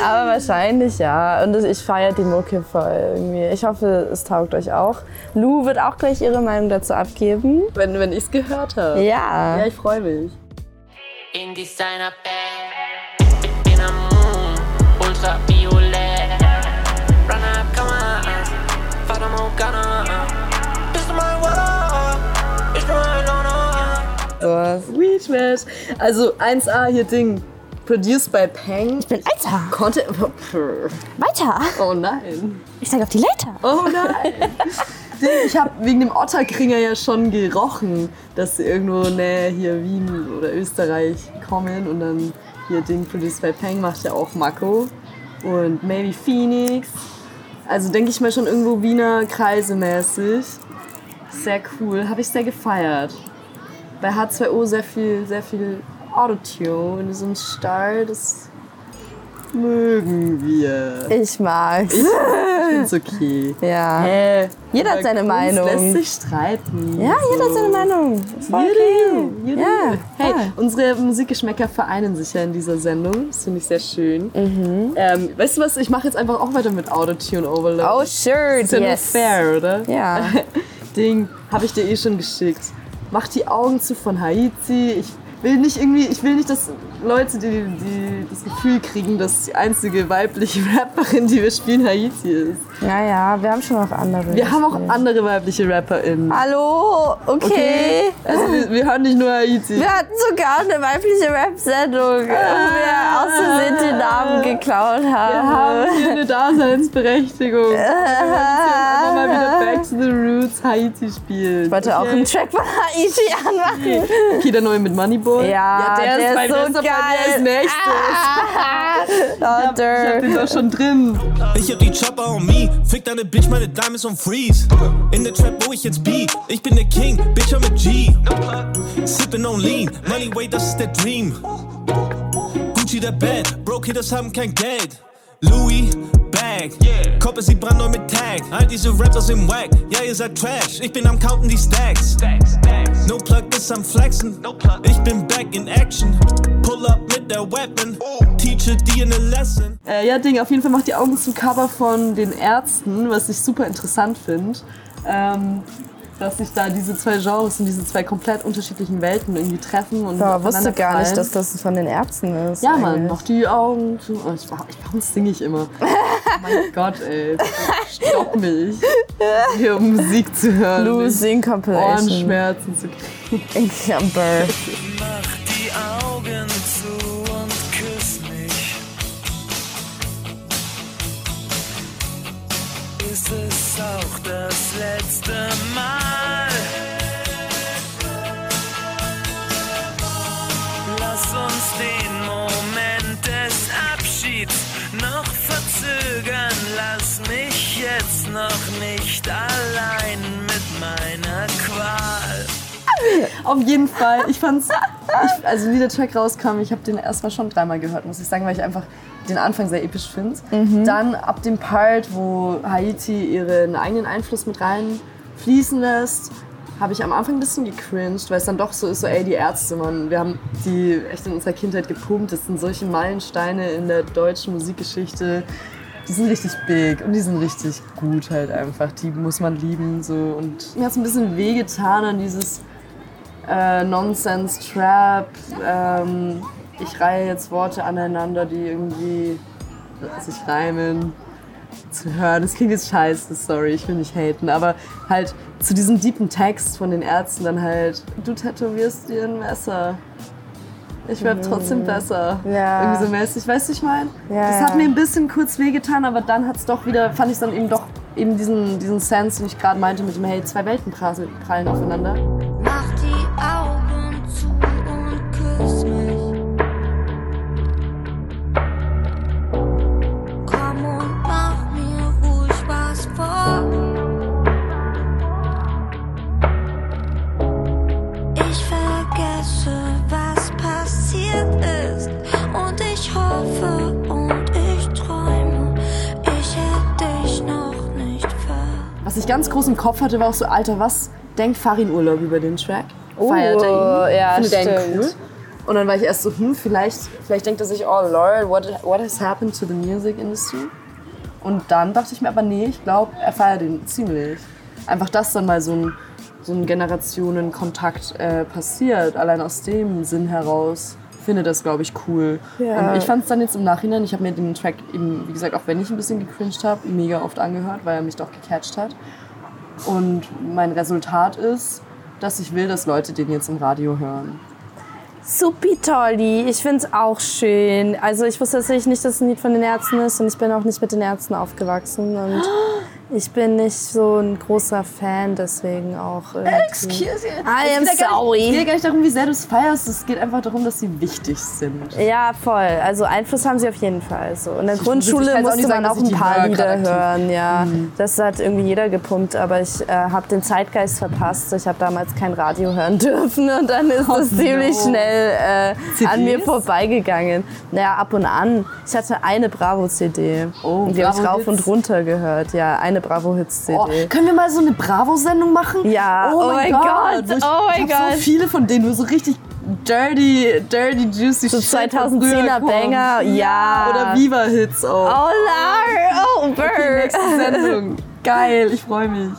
S5: Aber wahrscheinlich ja. Und ich feiere die Mucke voll irgendwie. Ich hoffe, es taugt euch auch. Lou wird auch gleich ihre Meinung dazu abgeben.
S8: Wenn, wenn ich's gehört habe.
S5: Ja.
S8: Ja, ich freue mich.
S4: In designer Bag, in a Moon, ultraviolett. Run up, come on, fahr da Morgana. Bist du mein Water? Ich bin ein Loner.
S5: So.
S8: Weed Smash. Also 1A hier Ding. Produced by Peng.
S10: Ich bin Alter.
S8: Konnte.
S10: Weiter.
S8: Oh nein.
S10: Ich zeig auf die Leiter.
S8: Oh nein. Ding, ich habe wegen dem Otterkringer ja schon gerochen, dass sie irgendwo näher hier Wien oder Österreich kommen und dann hier Ding Produced by Peng macht ja auch Mako und Maybe Phoenix. Also denke ich mal schon irgendwo Wiener Kreise mäßig. Sehr cool, habe ich sehr gefeiert. Bei H2O sehr viel, sehr viel Autotune in diesem Style, das mögen wir.
S5: Ich mag's.
S8: Ist okay.
S5: ja.
S8: Hä?
S5: Jeder hat
S8: Über
S5: seine
S8: Kunst
S5: Meinung.
S8: lässt sich streiten.
S5: Ja, jeder hat
S8: So.
S5: seine Meinung. Voll
S8: You do
S5: okay.
S8: you, you do
S5: Ja,
S8: you. Hey,
S5: voll.
S8: unsere Musikgeschmäcker vereinen sich ja in dieser Sendung. Das finde ich sehr schön.
S5: Mhm.
S8: Ähm, weißt du was? Ich mache jetzt einfach auch weiter mit Autotune Overload.
S5: Oh, sure,
S8: Ist ja nur
S5: yes.
S8: fair, oder?
S5: Ja.
S8: Ding, habe ich dir eh schon geschickt. Mach die Augen zu von Haiti. Ich will nicht irgendwie, ich will nicht, dass Leute die, die das Gefühl kriegen, dass die einzige weibliche Rapperin, die wir spielen, Haiti ist.
S5: Naja, wir haben schon auch andere.
S8: Wir haben auch
S5: gespielt.
S8: andere weibliche RapperInnen.
S5: Hallo, okay.
S8: Also wir, wir hören nicht nur Haiti.
S5: Wir hatten sogar eine weibliche Rap-Sendung, wo wir aus Versehen den Namen geklaut
S8: Wir
S5: haben.
S8: haben hier eine Daseinsberechtigung. Wir
S5: Äh.
S8: müssen einfach mal wieder Back to the Roots Haiti spielen.
S5: Ich wollte auch einen Track von Haiti anmachen.
S8: Okay, der neue mit Moneyboy.
S5: Ja, der ist so
S8: bei mir als
S5: geil. Ah. Oh,
S8: nächstes. Ich hab
S5: Lauter.
S8: den doch schon drin.
S11: Ich hab die Chopper on me, fick deine Bitch, meine Diamonds
S12: um
S11: on Freeze. In der Trap, wo ich jetzt be, ich bin der King, Bitch, I'm a G. Sippin' on Lean, Money Way, das ist der Dream. Gucci, der Bad, Bro, Kiddos haben kein Geld. Louis, Bag, Kopf ist die brandneu mit Tag. All diese Raps aus dem Wack, ja, ihr seid Trash, ich bin am Counten die Stacks. No plug
S13: ist am Flexen. Ich bin back in action. Pull up mit der Weapon. Teacher dir eine Lesson.
S8: Äh, ja, Ding, auf jeden Fall macht die Augen zum Cover von den Ärzten, was ich super interessant finde. Ähm, dass sich da diese zwei Genres und diese zwei komplett unterschiedlichen Welten irgendwie treffen und
S5: Boah, wusste gar nicht,
S8: aufeinanderprallen.
S5: dass das von den Ärzten ist.
S8: Ja, Mann,
S5: eigentlich.
S8: mach die Augen zu. Oh, ich, ich, warum singe ich immer? Oh mein Gott, ey. Stopp mich. Hier, um Musik zu hören.
S5: Losing Compilation.
S8: Ohrenschmerzen zu kriegen.
S5: Example.
S14: Mach die Augen zu und küss mich. Ist es auch das letzte Mal? Lass uns den Moment des Abschieds noch verzögern. Lass mich jetzt noch nicht allein mit meiner Qual.
S8: Auf jeden Fall. Ich fand's. Ich, also wie der Track rauskam, ich habe den erstmal schon dreimal gehört, muss ich sagen, weil ich einfach den Anfang sehr episch finde.
S5: Mhm.
S8: Dann ab dem Part, wo Haiti ihren eigenen Einfluss mit reinfließen lässt, habe ich am Anfang ein bisschen gecringed, weil es dann doch so ist, so ey, die Ärzte, Mann, wir haben die echt in unserer Kindheit gepumpt, das sind solche Meilensteine in der deutschen Musikgeschichte. Die sind richtig big und die sind richtig gut halt einfach. Die muss man lieben so und mir hat's ein bisschen wehgetan an dieses äh, Nonsense Trap. Ähm, ich reihe jetzt Worte aneinander, die irgendwie sich reimen zu hören. Das klingt jetzt scheiße, sorry, ich will nicht haten, aber halt zu diesem deepen Text von den Ärzten dann halt, du tätowierst dir ein Messer. Ich werde trotzdem
S5: Mhm.
S8: besser.
S5: Ja.
S8: Irgendwie so mäßig, weißt du, ich meine?
S5: Ja,
S8: das
S5: ja.
S8: hat mir ein bisschen kurz wehgetan, aber dann hat's doch wieder, fand ich dann eben doch eben diesen, diesen Sense, den ich gerade meinte, mit dem, hey, zwei Welten prasseln- prallen aufeinander.
S14: Mach die Augen zu und küss mich. Komm und mach mir ruhig was vor. Ich vergesse, was passiert ist. Und ich hoffe und ich träume, ich hätte dich noch nicht ver.
S8: Was ich ganz groß im Kopf hatte, war auch so, Alter, was denkt Farin Urlaub über den Track?
S5: Oh,
S8: Feiert er ihn?
S5: ja,
S8: Findet er ihn
S5: stimmt.
S8: cool? Und dann war ich erst so, hm, vielleicht, vielleicht denkt er sich, oh Lord, what, what has happened to the music industry? Und dann dachte ich mir aber, nee, ich glaube, er feiert ihn ziemlich. Einfach, dass dann mal so ein, so ein Generationenkontakt äh, passiert, allein aus dem Sinn heraus, finde das, glaube ich, cool.
S5: Ja.
S8: Und ich fand es dann jetzt im Nachhinein, ich habe mir den Track eben, wie gesagt, auch wenn ich ein bisschen gecringed habe, mega oft angehört, weil er mich doch gecatcht hat. Und mein Resultat ist, dass ich will, dass Leute den jetzt im Radio hören.
S5: Supi Tolli, ich find's auch schön. Also ich wusste tatsächlich nicht, dass es ein Lied von den Ärzten ist und ich bin auch nicht mit den Ärzten aufgewachsen und ich bin nicht so ein großer Fan, deswegen auch. irgendwie. I am
S8: Es geht ja gar nicht- Es geht ja
S5: sorry.
S8: gar nicht darum, wie sehr du es feierst, es geht einfach darum, dass sie wichtig sind.
S5: Ja, voll. Also Einfluss haben sie auf jeden Fall. So. In der
S8: Ich- ich
S5: Grundschule
S8: kann's auch
S5: musste
S8: nicht sagen,
S5: man auch
S8: dass ich
S5: ein
S8: die
S5: paar
S8: höre,
S5: Lieder
S8: gerade Hm. aktiv.
S5: hören, ja. Das hat irgendwie jeder gepumpt, aber ich äh, habe den Zeitgeist verpasst. Ich habe damals kein Radio hören dürfen und dann ist
S8: Oh,
S5: das ziemlich
S10: no.
S5: schnell äh, an mir
S10: CDs?
S5: vorbeigegangen. Naja, ab und an. Ich hatte eine Bravo-CD.
S8: Oh,
S5: und die habe ich
S8: Bravo
S5: rauf und
S8: Hits.
S5: runter gehört. Ja, eine Bravo-Hits-CD.
S8: Oh, können wir mal so eine Bravo-Sendung machen?
S5: Ja,
S8: Oh
S5: oh mein
S8: mein Gott,
S5: Gott,
S8: ich
S5: oh mein
S8: hab so
S5: Gott.
S8: viele von denen, nur so richtig dirty, dirty, juicy So
S5: 2010er Banger, ja.
S8: Oder Viva-Hits auch.
S5: Oh, lar, oh, burr.
S8: Okay, nächste Sendung. Geil, ich freue mich.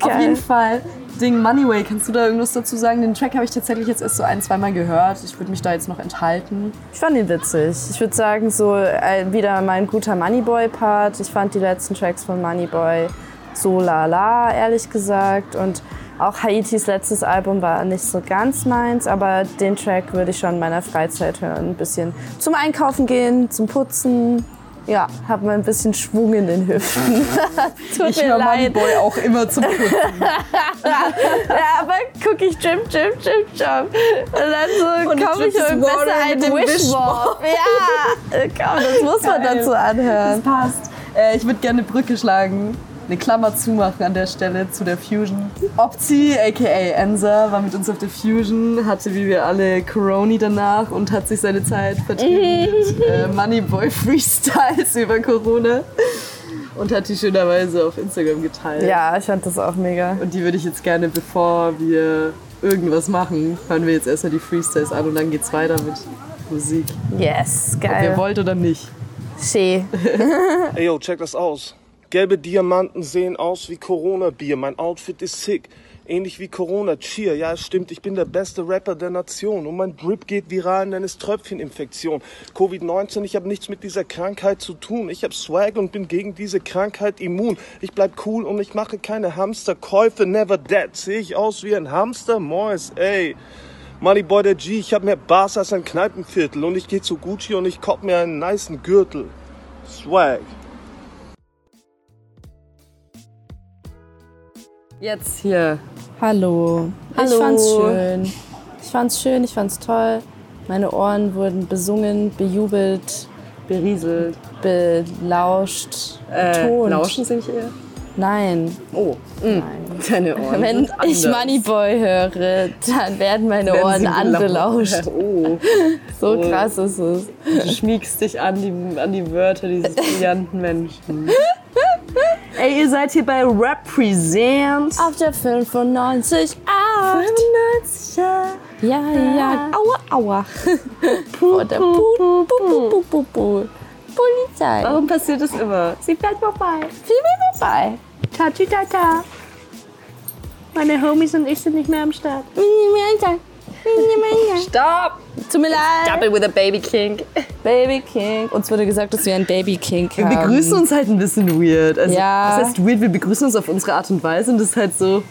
S8: Auf
S5: Geil.
S8: jeden Fall. Ding Moneyway, kannst du da irgendwas dazu sagen? Den Track habe ich tatsächlich jetzt erst so ein, zweimal gehört. Ich würde mich da jetzt noch enthalten.
S5: Ich fand ihn witzig. Ich würde sagen, so äh, wieder mein guter Moneyboy-Part. Ich fand die letzten Tracks von Moneyboy so lala, ehrlich gesagt. Und auch Haitis letztes Album war nicht so ganz meins, aber den Track würde ich schon in meiner Freizeit hören. Ein bisschen zum Einkaufen gehen, zum Putzen. Ja, hab mal ein bisschen Schwung in den Hüften. Tut
S8: ich
S5: mir
S8: höre
S5: leid.
S8: Moneyboy auch immer zum
S5: ja, aber guck ich Jim, Jim, Jim, Jim. Und dann
S8: Und
S5: so komme ich
S8: Jim's
S5: mir
S8: Warrior
S5: besser ein
S8: mit dem
S5: Wishmob.
S8: Wishmob.
S5: Ja, äh, komm, das muss man
S8: Geil.
S5: dazu anhören.
S8: Das passt. Äh, ich würde gerne eine Brücke schlagen, eine Klammer zumachen an der Stelle zu der Fusion. Opti, aka Enza, war mit uns auf der Fusion, hatte wie wir alle Coroni danach und hat sich seine Zeit vertrieben mit äh, Moneyboy Freestyles über Corona und hat die schönerweise auf Instagram geteilt.
S5: Ja, ich fand das auch mega.
S8: Und die würde ich jetzt gerne, bevor wir irgendwas machen. Hören wir jetzt erstmal die Freestyles an und dann geht's weiter mit Musik.
S12: Yes, geil.
S8: Ob ihr wollt oder nicht.
S12: Schee.
S15: Ey, yo, check das aus. Gelbe Diamanten sehen aus wie Corona-Bier. Mein Outfit ist sick. Ähnlich wie Corona. Cheer. Ja, es stimmt, ich bin der beste Rapper der Nation. Und mein Drip geht viral, nenn es Tröpfcheninfektion. Covid-19, ich habe nichts mit dieser Krankheit zu tun. Ich habe Swag und bin gegen diese Krankheit immun. Ich bleib cool und ich mache keine Hamsterkäufe. Never dead. Sehe ich aus wie ein Hamstermäus. Ey. Moneyboy der G, ich hab mehr Bars als ein Kneipenviertel. Und ich geh zu Gucci und ich kauf mir einen nicen Gürtel. Swag.
S8: Jetzt hier.
S5: Hallo.
S8: Hallo.
S5: Ich fand's schön. Ich fand's schön, ich fand's toll. Meine Ohren wurden besungen, bejubelt,
S8: berieselt,
S5: belauscht,
S8: Äh,
S5: betont.
S8: lauschen Sie mich eher?
S5: Nein.
S8: Oh, Nein. deine Ohren.
S5: Wenn
S8: sind
S5: ich
S8: anders.
S5: Moneyboy höre, dann werden meine
S8: Werden
S5: Ohren
S8: sie
S5: angelauscht.
S8: gelauscht. Oh.
S5: So
S8: Oh.
S5: krass ist es.
S8: Du schmiegst dich an die, an die Wörter dieses brillanten Menschen. Ey, ihr seid hier bei Represent.
S5: Auf der 95
S8: 95
S5: Ja, ja. Aua, aua. Oder bu, bu, bu, bu, bu, bu. Polizei.
S8: Warum passiert das immer?
S5: Sie fährt vorbei. Sie fährt vorbei. Tati tata. Meine Homies und ich sind nicht mehr am Start.
S8: Stopp!
S5: Tut mir leid.
S8: Double with a baby king.
S5: Baby King. Uns wurde gesagt, dass wir ein Baby King
S8: Wir
S5: haben.
S8: begrüßen uns halt ein bisschen weird. Also,
S5: Ja.
S8: Was heißt weird? Wir begrüßen uns auf unsere Art und Weise und das ist halt so.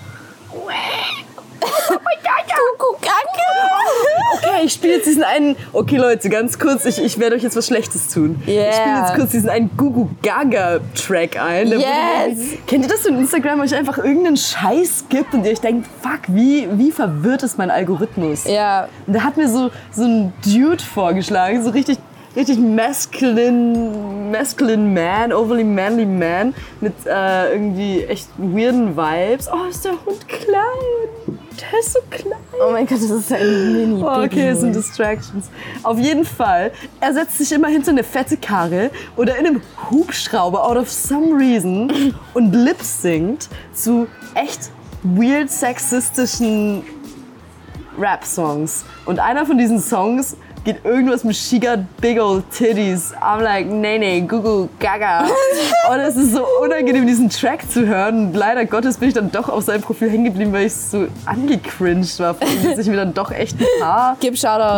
S8: Okay, ich spiele jetzt diesen einen. Okay, Leute, ganz kurz, ich, ich werde euch jetzt was Schlechtes tun.
S5: Yeah.
S8: Ich spiele jetzt kurz diesen einen Gugu Gaga Track ein. Da wurde
S5: Yes.
S8: irgendwie- Kennt ihr das von Instagram, wo euch einfach irgendeinen Scheiß gibt und ihr euch denkt, fuck, wie, wie verwirrt ist mein Algorithmus?
S5: Ja.
S8: Und da hat mir so, so ein Dude vorgeschlagen, so richtig, richtig masculine, masculine man, overly manly man, mit äh, irgendwie echt weirden Vibes. Oh, ist der Hund klein? Der ist so klein.
S5: Oh mein Gott, das ist ein mini
S8: Oh, okay, es
S5: Baby.
S8: sind Distractions. Auf jeden Fall, er setzt sich immer hinter eine fette Karre oder in einem Hubschrauber out of some reason und lip-singt zu echt weird sexistischen Rap-Songs. Und einer von diesen Songs geht irgendwas mit She got big old titties. I'm like, nee, nee, gugu, gaga. und es ist so unangenehm, diesen Track zu hören. Und leider Gottes bin ich dann doch auf seinem Profil hängen geblieben, weil ich so angecringed war, von ihm, dass ich mir dann doch echt ein paar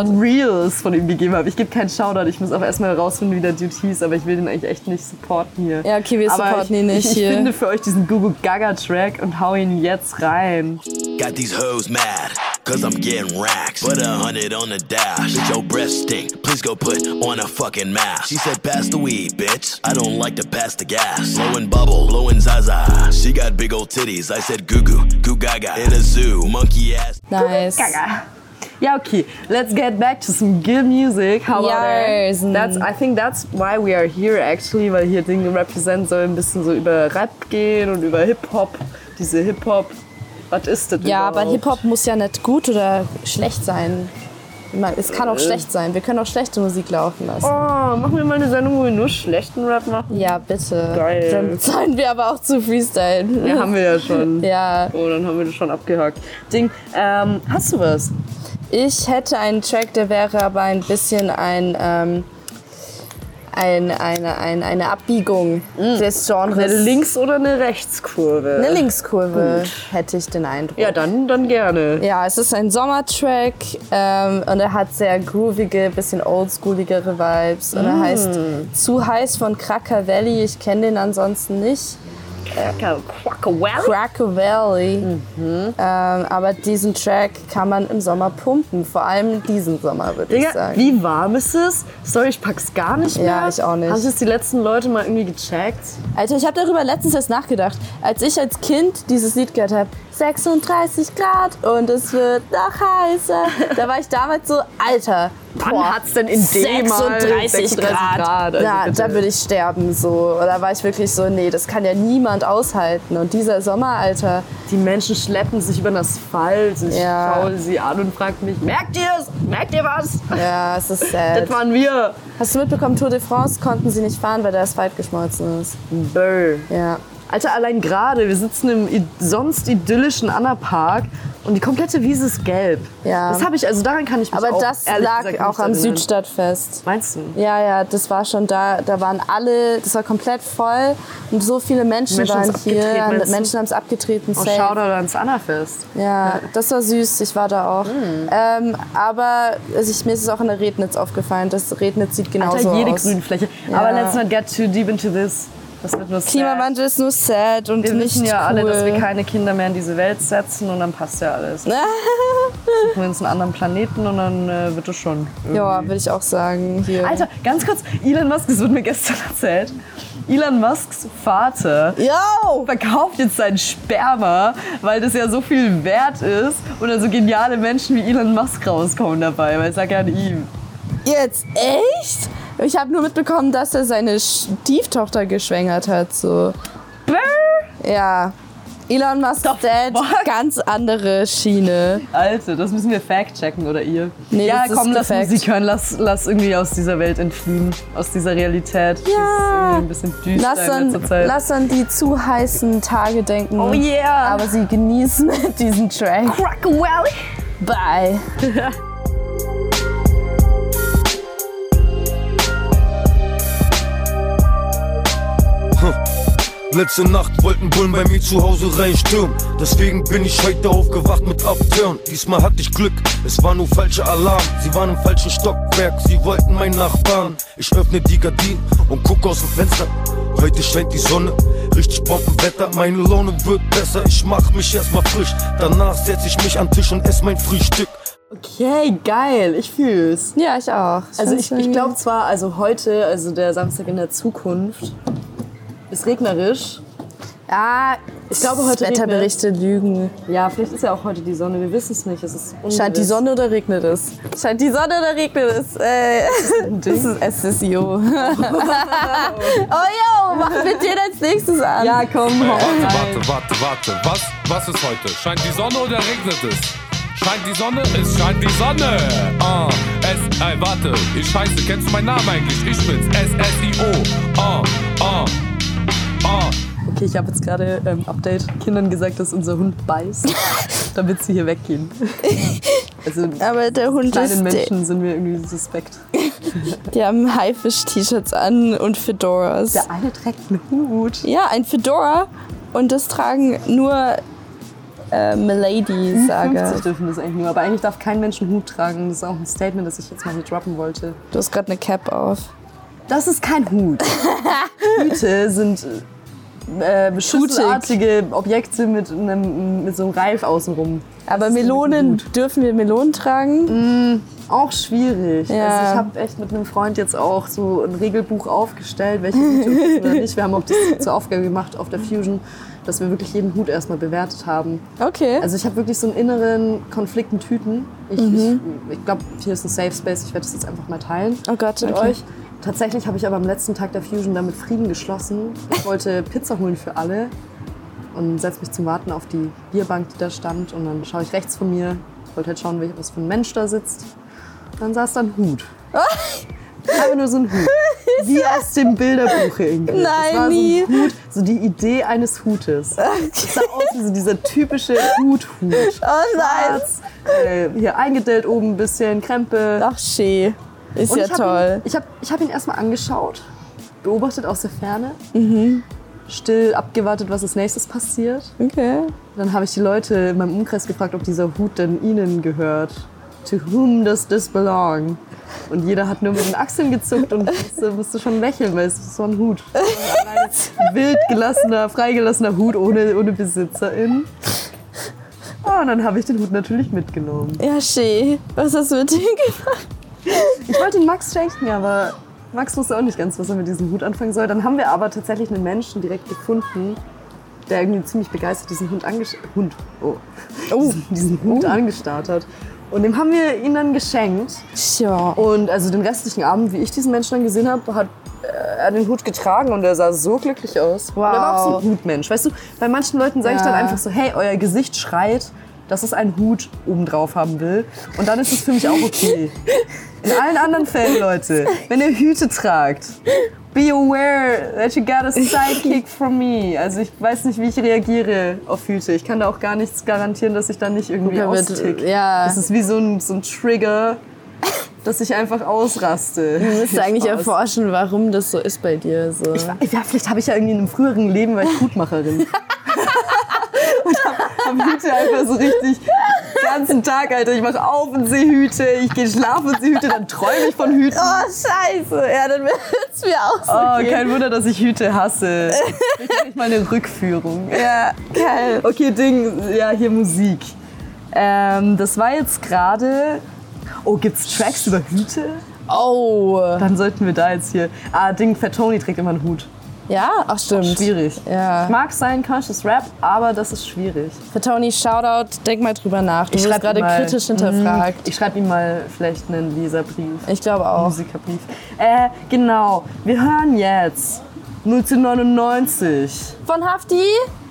S8: Reels von ihm gegeben habe. Ich gebe keinen Shoutout. Ich muss auch erstmal herausfinden, wie der Dude hieß, aber ich will ihn eigentlich echt nicht supporten hier.
S5: Ja, okay, wir
S8: aber
S5: supporten
S8: ich,
S5: ihn nicht
S8: ich, ich
S5: hier.
S8: finde für euch diesen gugu, gaga Track und hau ihn jetzt rein.
S16: Got these hoes mad, cause I'm getting racks. Put a hundred on the dash. Bitch, your breath stink. Please go put on a fucking mask. She said, pass the weed, bitch. I don't like to pass the gas. Blowing bubble, blowing zaza. She got big old titties. I said, goo goo, goo gaga. In a zoo, monkey ass.
S5: Nice.
S8: Gaga. Ja, okay. Let's get back to some good music. How about
S5: Yes.
S8: that? That's, I think that's why we are here actually, weil hier Dinge Represent soll ein bisschen so über Rap gehen und über Hip-Hop. Diese Hip-Hop, was ist das
S5: Ja,
S8: überhaupt?
S5: aber Hip-Hop muss ja nicht gut oder schlecht sein. Man- Es kann auch
S8: Äh.
S5: schlecht sein. Wir können auch schlechte Musik laufen lassen.
S8: Oh, machen wir mal eine Sendung, wo wir nur schlechten Rap machen?
S5: Ja, bitte.
S8: Oh. Geil.
S5: Dann sollen wir aber auch zu freestylen.
S8: Ja, haben wir ja schon.
S5: Ja.
S8: Oh, dann haben wir das schon abgehakt. Ding, ähm, hast du was?
S5: Ich hätte einen Track, der wäre aber ein bisschen ein, ähm, ein, eine, ein, eine Abbiegung des Genres.
S8: Mm. Eine Links- oder eine Rechtskurve?
S5: Eine Linkskurve,
S8: Gut.
S5: hätte ich den Eindruck.
S8: Ja, dann, dann gerne.
S5: Ja, es ist ein Sommertrack ähm, und er hat sehr groovige, bisschen oldschooligere Vibes. Und er
S8: Mm.
S5: heißt Zu heiß von Cracker Valley. Ich kenne den ansonsten nicht.
S8: Cracker, Cracker Valley?
S5: Cracker Valley.
S8: Mhm.
S5: Ähm, aber diesen Track kann man im Sommer pumpen. Vor allem diesen Sommer, würde ich
S8: Digga,
S5: sagen.
S8: wie warm ist es? Sorry, ich pack's gar nicht mehr.
S5: Ja, ich auch nicht.
S8: Haben das die letzten Leute mal irgendwie gecheckt?
S5: Alter, Also, ich habe darüber letztens erst nachgedacht, als ich als Kind dieses Lied gehört habe. 36 Grad und es wird noch heißer. Da war ich damals so, Alter.
S8: Wann hat's denn in dem mal
S5: 36
S8: 36
S5: Grad?
S8: Grad? Also
S5: Na,
S8: bitte.
S5: da würde ich sterben so. Da war ich wirklich so, nee, das kann ja niemand aushalten. Und dieser Sommer, Alter.
S8: Die Menschen schleppen sich über den Asphalt. Ich
S5: Ja.
S8: schaue sie an und frage mich, merkt ihr es? Merkt ihr was?
S5: Ja, es ist sad.
S8: Das waren wir.
S5: Hast du mitbekommen, Tour de France konnten sie nicht fahren, weil da das Asphalt geschmolzen ist.
S8: Böll.
S5: Ja.
S8: Alter, allein gerade, wir sitzen im i- sonst idyllischen Anna-Park und die komplette Wiese ist gelb.
S5: Ja.
S8: Das habe ich, also daran kann ich mich
S5: Aber
S8: auch,
S5: das
S8: ehrlich
S5: lag
S8: gesagt,
S5: auch
S8: nicht
S5: am
S8: erinnern.
S5: Südstadtfest.
S8: Meinst du?
S5: Ja, ja, das war schon da. Da waren alle, das war komplett voll und so viele Menschen,
S8: Menschen
S5: waren
S8: haben's abgetreten,
S5: hier.
S8: meinst du?
S5: Menschen haben es abgetreten.
S8: Oh,
S5: safe.
S8: Shoutout ans Anna-Fest.
S5: Ja, das war süß, ich war da auch.
S8: Hm.
S5: Ähm, aber also ich, mir ist es auch in der Rednitz aufgefallen, das Rednitz sieht genauso
S8: Alter, jede
S5: aus.
S8: Grünfläche.
S5: Ja.
S8: Aber let's not get too deep into this. Das wird nur sad.
S5: Klimawandel ist nur sad und
S8: Wir
S5: nicht
S8: wissen ja alle,
S5: cool.
S8: dass wir keine Kinder mehr in diese Welt setzen und dann passt ja alles. Suchen wir uns einen anderen Planeten und dann äh, wird es schon.
S5: Ja, würde ich auch sagen. Hier.
S8: Alter, ganz kurz, Elon Musk, das wurde mir gestern erzählt. Elon Musks Vater verkauft jetzt sein Sperma, weil das ja so viel wert ist und dann so geniale Menschen wie Elon Musk rauskommen dabei, weil es lag ja an ihm.
S5: Jetzt echt? Ich habe nur mitbekommen, dass er seine Stieftochter geschwängert hat. So. Ja. Elon Musk Dad, ganz andere Schiene.
S8: Alter, das müssen wir fact-checken, oder ihr?
S5: Nee,
S8: ja,
S5: das ist
S8: komm, lass
S5: gefact.
S8: Musik hören, lass, lass irgendwie aus dieser Welt entfliehen, aus dieser Realität. Die ist irgendwie ein bisschen düster
S5: Lass
S8: in
S5: an,
S8: letzter Zeit.
S5: lass an die zu heißen Tage denken.
S8: Oh yeah.
S5: Aber sie genießen diesen Track.
S8: Crack Valley.
S5: Bye.
S12: Hm. Letzte Nacht wollten Bullen bei mir zu Hause reinstürmen. Deswegen bin ich heute aufgewacht mit Upturn. Diesmal hatte ich Glück, es war nur falscher Alarm. Sie waren im falschen Stockwerk, sie wollten mein Nachbarn. Ich öffne die Gardinen und guck aus dem Fenster. Heute scheint die Sonne, richtig Bombenwetter. Meine Laune wird besser, ich mach mich erstmal frisch. Danach setz ich mich an den Tisch und ess mein Frühstück.
S8: Okay, geil, ich fühl's.
S5: Ja, ich auch.
S8: Also
S5: find's
S8: ich, ich glaube zwar, also heute, also der Samstag in der Zukunft, ist regnerisch.
S5: Ah,
S8: ich glaube heute
S5: Wetterberichte lügen.
S8: Ja, vielleicht ist ja auch heute die Sonne, wir wissen es nicht. Es ist
S5: Scheint die Sonne oder regnet es? Scheint die Sonne oder regnet es? Äh, das ist SSIO. oh yo, mach mit dir als nächstes an. Ja, komm,
S17: Warte, warte, warte, warte. Was, was ist heute? Scheint die Sonne oder regnet es? Scheint die Sonne, es scheint die Sonne. Ah, es, ey, warte. Ich scheiße, kennst du meinen Namen eigentlich? Ich bin's, S-S-I-O. Ah, ah, ah.
S8: Okay, ich habe jetzt gerade ähm, Update Kindern gesagt, dass unser Hund beißt, damit sie hier weggehen. Also
S5: Aber der Hund
S8: kleinen
S5: ist
S8: Menschen sind wir irgendwie suspekt.
S5: Die haben Haifisch-T-Shirts an und Fedoras. Der
S8: eine trägt einen Hut.
S5: Ja, ein Fedora. Und das tragen nur äh,
S8: Mhm,
S5: Miladies, sage.
S8: 50 dürfen das eigentlich nur, aber eigentlich darf kein Mensch einen Hut tragen. Das ist auch ein Statement, das ich jetzt mal hier droppen wollte.
S5: Du hast gerade eine Cap auf.
S8: Das ist kein Hut. Hüte sind äh, beschützartige Objekte mit, einem, mit so einem Reif außenrum.
S5: Aber Melonen, dürfen wir Melonen tragen?
S8: Mm, auch schwierig.
S5: Ja.
S8: Also ich habe echt mit einem Freund jetzt auch so ein Regelbuch aufgestellt, welche Hüte müssen oder nicht. Wir haben auch das zur Aufgabe gemacht auf der Fusion, dass wir wirklich jeden Hut erstmal bewertet haben.
S5: Okay.
S8: Also ich habe wirklich so einen inneren Konflikt mit Hüten. Ich, ich, ich glaube, hier ist ein Safe Space. Ich werde das jetzt einfach mal teilen
S5: oh Gott,
S8: mit
S5: okay.
S8: euch. Tatsächlich habe ich aber am letzten Tag der Fusion damit Frieden geschlossen. Ich wollte Pizza holen für alle und setze mich zum Warten auf die Bierbank, die da stand. Und dann schaue ich rechts von mir, wollte halt schauen, wel- was für ein Mensch da sitzt. Dann saß da ein Hut. Aber nur so ein Hut. Wie aus dem Bilderbuch irgendwie.
S5: Nein,
S8: das war
S5: nie.
S8: So, ein Hut, so die Idee eines Hutes. Das sah aus wie so dieser typische Hut-Hut.
S5: Oh nein.
S8: Äh, hier eingedellt oben ein bisschen, Krempe.
S5: Ach, schön. Ist ja
S8: ich hab
S5: toll.
S8: Ihn, ich habe ich hab ihn erstmal angeschaut, beobachtet aus der Ferne,
S5: Mhm.
S8: still abgewartet, was als nächstes passiert.
S5: Okay.
S8: Dann habe ich die Leute in meinem Umkreis gefragt, ob dieser Hut denn ihnen gehört. To whom does this belong? Und jeder hat nur mit den Achseln gezuckt und musste, musste schon lächeln, weil es ist so ein Hut. Ein Wild gelassener, freigelassener Hut ohne, ohne Besitzerin. Ah, und dann habe ich den Hut natürlich mitgenommen.
S5: Ja, schön. Was hast du mit dem gemacht?
S8: Ich wollte ihn Max schenken, aber Max wusste auch nicht ganz, was er mit diesem Hut anfangen soll. Dann haben wir aber tatsächlich einen Menschen direkt gefunden, der irgendwie ziemlich begeistert diesen Hund angesch Hund. Oh. Diesen, diesen Hut angestarrt hat. Und dem haben wir ihn dann geschenkt.
S5: Ja.
S8: Und also den restlichen Abend, wie ich diesen Menschen dann gesehen habe, hat äh, er den Hut getragen und er sah so glücklich aus. Wow. Und er war auch so ein Hutmensch. Weißt du, bei manchen Leuten sage ich
S5: Ja.
S8: dann einfach so, hey, euer Gesicht schreit, dass es einen Hut obendrauf haben will. Und dann ist es für mich auch okay. In allen anderen Fällen, Leute, wenn ihr Hüte tragt, be aware that you got a sidekick from me. Also ich weiß nicht, wie ich reagiere auf Hüte. Ich kann da auch gar nichts garantieren, dass ich da nicht irgendwie
S5: Ja, wird-
S8: austick.
S5: ja.
S8: Das ist wie so ein, so ein Trigger, dass ich einfach ausraste.
S5: Du müsstest eigentlich erforschen, warum das so ist bei dir. So.
S8: Ich, wa- ja, vielleicht habe ich ja irgendwie in einem früheren Leben, war ich Hutmacherin. Und hab, hab Hüte einfach so richtig den ganzen Tag, Alter. Ich mache auf und sehe Hüte, ich gehe schlafen und sehe Hüte, dann träume ich von Hüten.
S5: Oh, scheiße. Ja, dann wird's mir auch so
S8: Oh,
S5: gehen.
S8: kein Wunder, dass ich Hüte hasse. Ich krieg mal eine Rückführung. Ja, geil. Okay, Ding, ja, hier Musik. Ähm, das war jetzt gerade. Oh, gibt's Tracks über Hüte?
S5: Oh.
S8: Dann sollten wir da jetzt hier. Ah, Ding, Fat Tony trägt immer einen Hut.
S5: Ja, ach stimmt.
S8: schwierig.
S5: Ja.
S8: Mag sein Conscious Rap, aber das ist schwierig.
S5: Für Tony, Shoutout, denk mal drüber nach. Du wirst
S8: schreib
S5: gerade
S8: ihm mal-
S5: kritisch hinterfragt.
S8: Mm, Ich schreibe ihm mal vielleicht einen Leserbrief.
S5: Ich glaube auch.
S8: Musikerbrief. Äh, genau. Wir hören jetzt 1999.
S5: Von Hafti?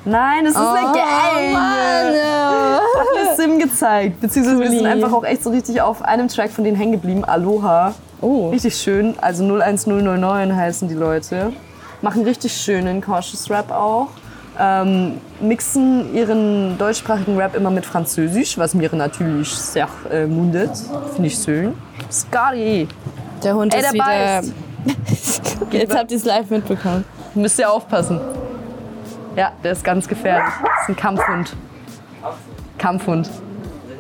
S8: Nein, es ist
S5: Oh,
S8: eine Gang.
S5: Mann.
S8: Hat mir Sim gezeigt. Beziehungsweise wir sind
S5: Cooli.
S8: einfach auch echt so richtig auf einem Track von denen hängen geblieben. Aloha. Oh. Richtig schön. Also 01009 heißen die Leute. Machen richtig schönen Cautious Rap auch. Ähm, mixen ihren deutschsprachigen Rap immer mit Französisch, was mir natürlich sehr äh, mundet. Finde ich schön. Scotty.
S5: Der Hund
S8: Ey,
S5: ist
S8: der
S5: wieder.
S8: beißt.
S5: Jetzt habt ihr es live mitbekommen.
S8: Müsst ihr aufpassen. Ja, der ist ganz gefährlich. Das ist ein Kampfhund. Kampfhund.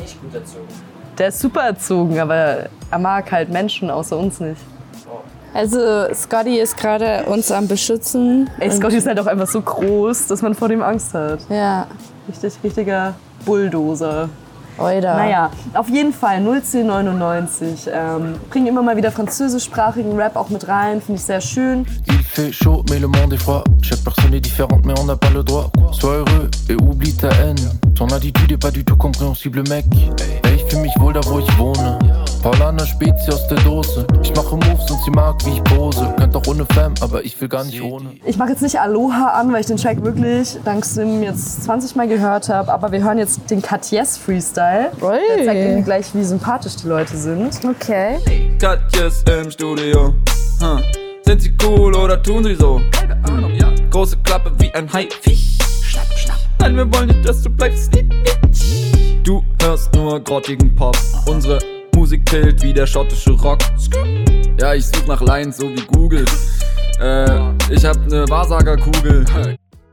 S18: Nicht gut erzogen.
S8: Der ist super erzogen, aber er mag halt Menschen außer uns nicht.
S5: Also, Scotty ist gerade uns am Beschützen.
S8: Ey, Scotty ist halt auch einfach so groß, dass man vor dem Angst hat.
S5: Ja.
S8: Richtig, richtiger Bulldozer.
S5: Oida.
S8: Naja, auf jeden Fall 01099. Ähm, bringen immer mal wieder französischsprachigen Rap auch mit rein, finde ich sehr schön.
S19: Il fait chaud mais le monde est froid. Chaque personne est différente mais on n'a pas le droit. Sois heureux et oublie ta haine. Ton attitude est pas du tout compréhensible mec. Ey, ich fühl mich wohl da wo ich wohne. Paulana Spezi aus der Dose. Ich mache Moves und sie mag wie ich pose. Könnt auch ohne Fam, aber ich will gar nicht ohne.
S8: Ich mache jetzt nicht Aloha an, weil ich den Track wirklich dank Sim jetzt 20 Mal gehört habe. Aber wir hören jetzt den Katjes Freestyle. Der zeigt irgendwie gleich, wie sympathisch die Leute sind.
S5: Okay.
S20: Katjes im Studio. Hm. Sind sie cool oder tun sie so? Große Klappe wie ein Hai. Schnapp, schnapp. Nein, wir wollen nicht, dass du bleibst. Niep, niep. Du hörst nur grottigen Pop. Unsere Musik killt wie der schottische Rock. Ja, ich such nach Lines, so wie Google. Äh, ich hab ne Wahrsagerkugel.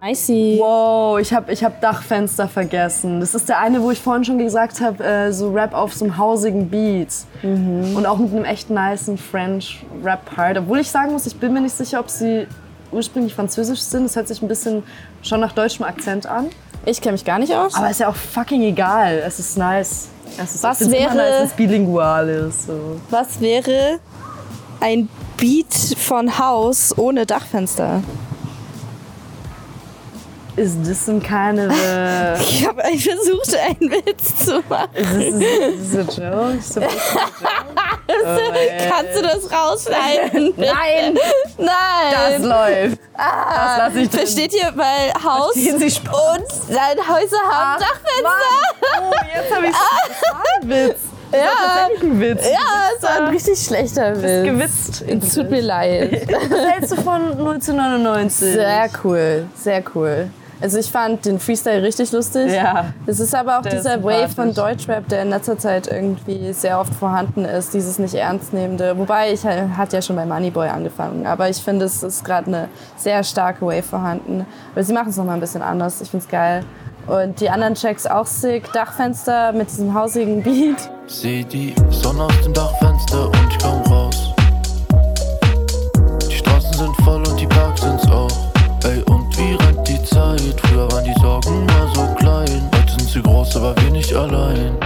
S5: Icy.
S8: Wow, ich habe ich hab Dachfenster vergessen. Das ist der eine, wo ich vorhin schon gesagt habe, äh, so Rap auf so einem hausigen Beat. Und auch mit einem echt nicen French Rap-Part. Obwohl ich sagen muss, ich bin mir nicht sicher, ob sie ursprünglich französisch sind. Das hört sich ein bisschen schon nach deutschem Akzent an.
S5: Ich kenne mich gar nicht aus.
S8: Aber ist ja auch fucking egal. Es ist nice. Es ist,
S5: Was
S8: ich find's
S5: wäre-
S8: immer nice, wenn es bilingual ist. So.
S5: Was wäre ein Beat von Haus ohne Dachfenster?
S8: Is this some kind of a...
S5: Ich habe versucht, einen Witz zu machen.
S8: Is this, is this a joke? Is this
S5: Kannst du das rausschneiden?
S8: Äh. Nein.
S5: Nein!
S8: Das läuft.
S5: Ah,
S8: Das lass ich drin.
S5: Versteht ihr, weil Haus
S8: Verstehen Sie
S5: und dein Häuser haben Dachfenster.
S8: Oh, jetzt habe ich einen Ah, Witz.
S5: Ja.
S8: Ein Witz.
S5: ja, es war ein richtig schlechter Witz.
S8: gewitzt.
S5: Es tut mir leid.
S8: Was hältst du von 1999?
S5: Sehr cool, sehr cool. Also ich fand den Freestyle richtig lustig.
S8: Ja.
S5: Es ist aber auch
S8: Der ist
S5: dieser Wave von
S8: sympathisch.
S5: Deutschrap, der in letzter Zeit irgendwie sehr oft vorhanden ist, dieses nicht ernstnehmende. Wobei ich hat ja schon bei Moneyboy angefangen, aber ich finde, es ist gerade eine sehr starke Wave vorhanden. Aber sie machen es noch mal ein bisschen anders. Ich find's geil. Und die anderen Tracks auch sick. Dachfenster mit diesem hausigen Beat.
S19: Seh die Sonne aus dem Dachfenster und ich komm raus. Die Straßen sind voll und die Parks sind's auch. Ey, und wie rennt die Zeit? Früher waren die Sorgen nur so klein. Heute sind sie groß, aber wir nicht allein.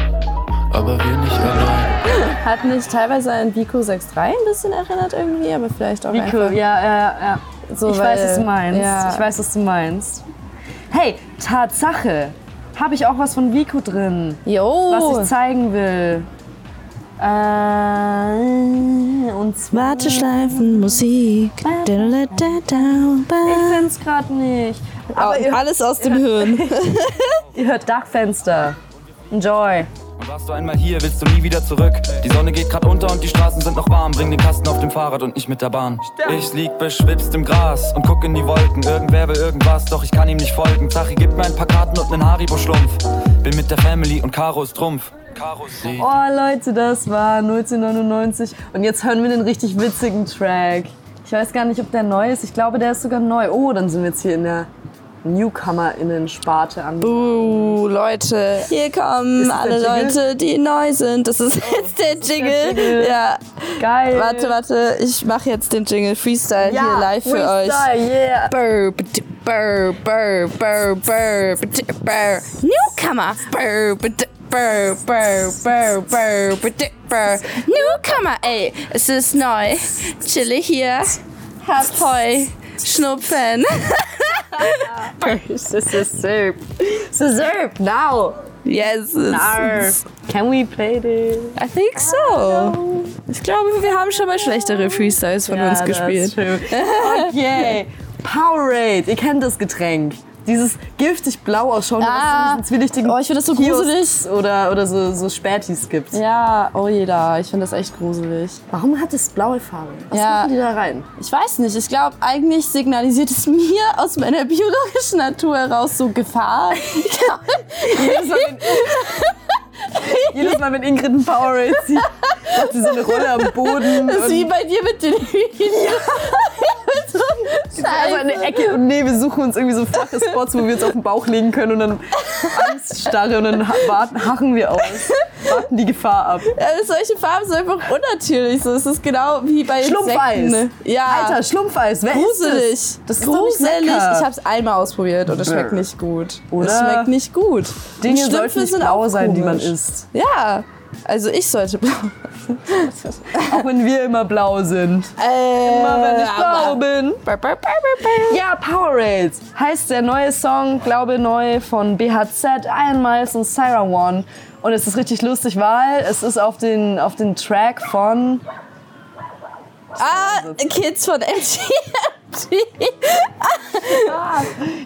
S19: Aber wir nicht allein.
S5: Hat mich teilweise an Vico 6.3 ein bisschen erinnert irgendwie, aber vielleicht auch
S8: Nico,
S5: einfach.
S8: ja, ja, ja.
S5: So,
S8: ich
S5: weil-
S8: weiß, was du meinst.
S5: ja.
S8: Ich weiß, was du meinst. Hey, Tatsache, habe ich auch was von Vico drin,
S5: jo.
S8: was ich zeigen will. Äh, und zwar.
S10: Warteschleifen, Musik.
S8: Ich find's gerade nicht.
S5: alles aus dem Hirn.
S8: Ihr hört Dachfenster. Enjoy.
S18: Und warst du einmal hier, willst du nie wieder zurück. Die Sonne geht grad unter und die Straßen sind noch warm. Bring den Kasten auf dem Fahrrad und nicht mit der Bahn. Ich lieg beschwipst im Gras und guck in die Wolken. Irgendwer will irgendwas, doch ich kann ihm nicht folgen. Zachi, gib mir ein paar Karten und nen Haribo-Schlumpf. Bin mit der Family und Karo ist Trumpf. Karo ist Trumpf.
S8: Oh Leute, das war 1999 und jetzt hören wir den richtig witzigen Track. Ich weiß gar nicht, ob der neu ist. Ich glaube, der ist sogar neu. Oh, dann sind wir jetzt hier in der Newcomer-Innen-Sparte an.
S5: Uh, Leute, hier kommen
S8: Ist das
S5: alle
S8: der Jingle? Oh,
S5: Leute, die neu sind. Das ist jetzt der Jingle.
S8: Jingle.
S5: Ja.
S8: Geil.
S5: Warte, warte, ich mache jetzt den Jingle Freestyle
S8: Ja,
S5: hier live für
S8: Freestyle,
S5: euch.
S8: yeah.
S5: Brr, bitte, brr, brr, brr, brr, bitte, brr. Newcomer. Brr, bitte, brr, brr, brr, brr, bitte, brr. Newcomer, ey, es ist neu. Chille hier. Hab Heu. Schnupfen.
S8: First, this is soup. This is soup now.
S5: Yes.
S8: Narf. Can we play this?
S5: I think so. Ich glaube, wir haben schon mal schlechtere Freestyles von
S8: Ja,
S5: uns
S8: das
S5: gespielt.
S8: ist true. Okay. Powerade. Ihr kennt das Getränk. Dieses giftig blau ausschauende,
S5: Ah.
S8: was es in diesen zwielichtigen
S5: Oh, ich finde das so
S8: Kiosks
S5: gruselig.
S8: Oder, oder so, so Spätis gibt.
S5: Ja, oh jeder, ich finde das echt gruselig.
S8: Warum hat es blaue Farbe? Was
S5: Ja.
S8: machen die da rein?
S5: Ich weiß nicht, ich glaube, eigentlich signalisiert es mir aus meiner biologischen Natur heraus so Gefahr. Ich glaub,
S8: Jedes Mal, wenn, jedes Mal, wenn Ingrid einen Powerade sieht, macht sie so eine Rolle am Boden.
S5: Das ist
S8: und-
S5: wie bei dir mit den Hühnchen.
S8: Jetzt einfach in der Ecke und nee, wir suchen uns irgendwie so flache Spots, wo wir uns auf den Bauch legen können und dann Angststarre und dann ha- warten, hachen wir aus. Warten die Gefahr ab.
S5: Also solche Farben sind einfach unnatürlich. So, es ist genau wie bei
S8: Schlumpfeis.
S5: Insekten. Ja.
S8: Alter, Schlumpfeis. Wer
S5: Gruselig.
S8: ist das? Das ist Doch
S5: Gruselig.
S8: nicht lecker.
S5: Ich habe es einmal ausprobiert und es schmeckt
S8: Bäh.
S5: nicht gut. Es
S8: Oder?
S5: schmeckt nicht gut.
S8: Dinge
S5: Und
S8: sollten
S5: Schlümpfe
S8: nicht
S5: sind
S8: blau
S5: auch
S8: sein, die man
S5: komisch.
S8: isst.
S5: Ja. Also ich sollte blau.
S8: Auch wenn wir immer blau sind.
S5: Äh,
S8: Immer wenn ich blau
S5: aber-
S8: bin. Ja, Powerades heißt der neue Song, glaube neu, von BHZ, Iron Miles und Sarah One. Und es ist richtig lustig, weil es ist auf den, auf den Track von
S5: Ah, Kids von MGMT.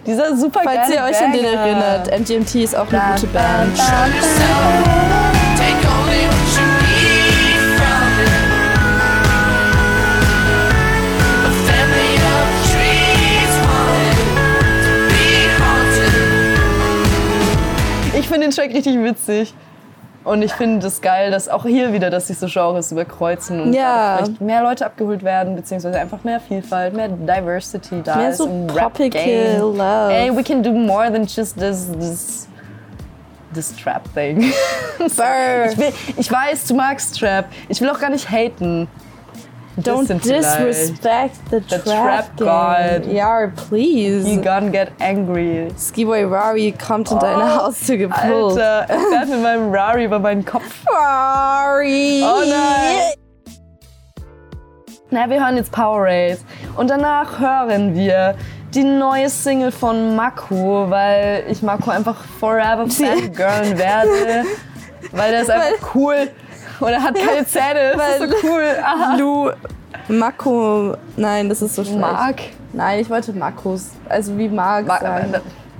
S8: dieser super
S5: Falls ihr euch an den
S8: Banger.
S5: erinnert, MGMT ist auch eine gute Band.
S2: Take only what you need from it. A family of trees wanted to be haunted.
S8: Ich finde den Track richtig witzig. Und ich finde es geil, dass auch hier wieder, dass sich so Genres überkreuzen und
S5: Ja.
S8: dadurch vielleicht mehr Leute abgeholt werden, beziehungsweise einfach mehr Vielfalt, mehr Diversity da
S5: Mehr
S8: ist
S5: so
S8: im Rap
S5: topical
S8: Game.
S5: love.
S8: Ey, we can do more than just this, this, this Trap Thing. Sorry. ich, will, ich weiß, du magst Trap. Ich will auch gar nicht haten.
S5: Don't
S8: Dissen vielleicht.
S5: disrespect the,
S8: The
S5: trap,
S8: Trap God.
S5: Game. Ja, please.
S8: You Oh, gonna get angry.
S5: Skiboy Rari kommt in deine Haustür gepult.
S8: Alter, ich werd mit meinem Rari über meinen Kopf
S5: Rari.
S8: Oh nein. Na, wir hören jetzt Powerade. Und danach hören wir die neue Single von Mako, weil ich Mako einfach forever fangirlen werde. Weil der ist einfach cool. Und er hat keine Zähne. Das
S5: Weil-
S8: ist so cool. Aha.
S5: Lu. Mako. Nein, das ist so schlecht.
S8: Mark?
S5: Nein, ich wollte Markus. Also wie Mark
S8: Ma-
S5: sein.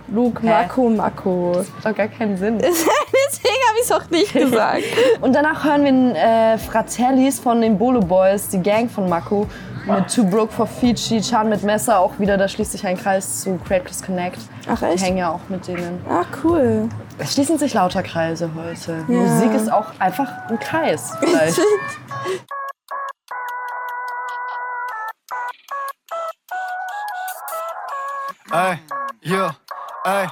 S5: Luke,
S8: Hä?
S5: Marco, Marco.
S8: Macht doch gar keinen Sinn.
S5: Deswegen habe ich es auch nicht gesagt.
S8: Und danach hören wir äh, Fratellis von den Bolo Boys, die Gang von Mako. Mit Two Broke for Fiji, Chan mit Messer, auch wieder, da schließt sich ein Kreis zu Creators Connect.
S5: Ach, echt?
S8: Die hängen ja auch mit denen.
S5: Ah, cool.
S8: Es schließen sich lauter Kreise heute.
S5: Ja.
S8: Musik ist auch einfach ein Kreis. Vielleicht.
S21: Ey, yeah, ey.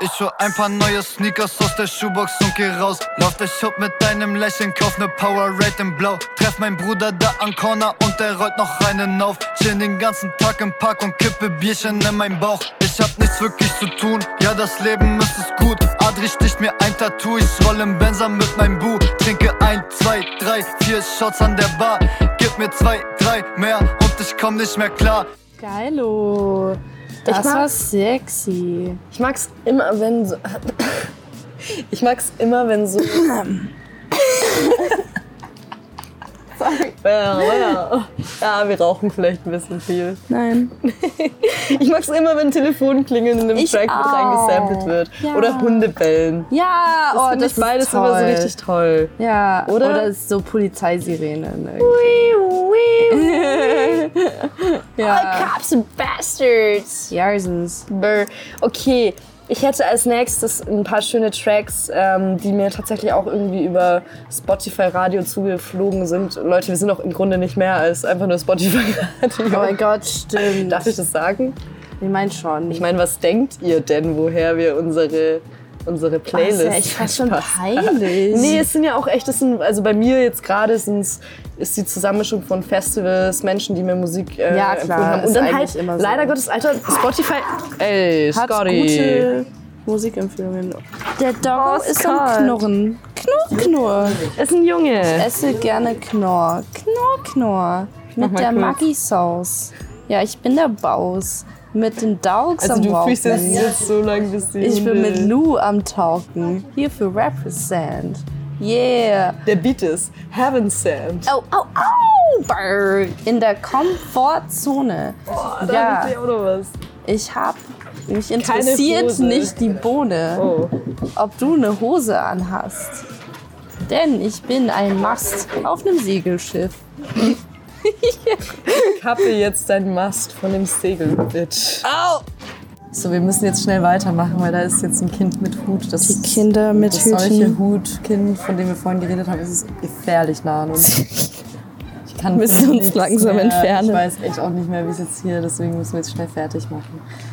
S21: Ich hol ein paar neue Sneakers aus der Schuhbox und geh raus. Lauf der Shop mit deinem Lächeln, kauf ne Powerade in Blau. Treff mein Bruder da am Corner und der rollt noch einen auf. Chill den ganzen Tag im Park und kippe Bierchen in meinen Bauch. Ich hab nichts wirklich zu tun, ja das Leben ist es gut. Adri sticht mir ein Tattoo, ich roll im Benzer mit meinem Bu. Trinke ein, zwei, drei, vier Shots an der Bar. Gib mir zwei, drei mehr und ich komm nicht mehr klar.
S5: Geilo. Das,
S8: Ich mag-
S5: war sexy.
S8: Ich mag's immer, wenn so. Ich mag's immer, wenn so. sagen. Ja, ja. ja, wir rauchen vielleicht ein bisschen viel.
S5: Nein.
S8: Ich mag's immer, wenn Telefon klingeln in einem
S5: Ich
S8: Track mit
S5: auch.
S8: reingesampelt wird.
S5: Ja.
S8: Oder Hunde bellen.
S5: Ja,
S8: das
S5: oh,
S8: finde
S5: das
S8: ich beides
S5: ist
S8: immer so
S5: toll.
S8: richtig toll.
S5: Ja,
S8: Oder?
S5: oder, ist so Polizeisirenen.
S8: ja. Oh, Cops and Bastards. Jarsons. Brr. Okay, ich hätte als nächstes ein paar schöne Tracks, ähm, die mir tatsächlich auch irgendwie über Spotify Radio zugeflogen sind. Leute, wir sind auch im Grunde nicht mehr als einfach nur Spotify Radio. Oh mein Gott, stimmt. Darf ich das sagen? Ich meine schon. Ich meine, was denkt ihr denn, woher wir unsere unsere Playlist.
S5: ja, ich fand's schon
S8: Spaß.
S5: peinlich.
S8: Nee, es sind ja auch echt, es sind, also bei mir jetzt gerade sind's, ist die Zusammenmischung von Festivals, Menschen, die mir Musik äh,
S5: Ja, klar,
S8: empfohlen haben. Und
S5: ist
S8: dann
S5: eigentlich
S8: halt,
S5: immer so.
S8: leider Gottes, Alter, Spotify. Ey,
S5: Hat
S8: Scotty.
S5: gute Musikempfehlungen. Der Doggo ist am Knurren. Oh, Knurr, knurr.
S8: Ist ein Junge.
S5: Ich esse gerne Knorr. Knorr, Knorr.
S8: Mach
S5: Mit
S8: mal
S5: der
S8: kurz.
S5: Maggi-Sauce. Ja, ich bin der Baus. Mit den Daugs
S8: Also
S5: am
S8: du fühlst jetzt,
S5: Rauchen.
S8: jetzt so lange, bis die
S5: Ich bin
S8: Hunde-
S5: mit Lou am Talken. Hier für Represent. Yeah.
S8: Der Beat ist Heaven Sand.
S5: Oh, oh, oh. Brr. In der Komfortzone.
S8: Oh,
S5: ja.
S8: da ja. ich auch noch was.
S5: Ich hab. Mich
S8: Keine
S5: interessiert
S8: Hose. Oh.
S5: nicht die Bohne, ob du eine Hose anhast. Denn ich bin ein Mast auf einem Segelschiff.
S8: Kappe jetzt deinen Mast von dem Segel, Bitch. Au! So, wir müssen jetzt schnell weitermachen, weil da ist jetzt ein Kind mit Hut. Das die
S5: Kinder mit
S8: das
S5: Hüten.
S8: solche Hutkind, von dem wir vorhin geredet haben, ist es gefährlich nah an uns. Ich kann
S5: Wir müssen uns
S8: nichts
S5: langsam
S8: mehr.
S5: entfernen.
S8: Ich weiß echt auch nicht mehr, wie es jetzt hier, deswegen müssen wir jetzt schnell fertig machen.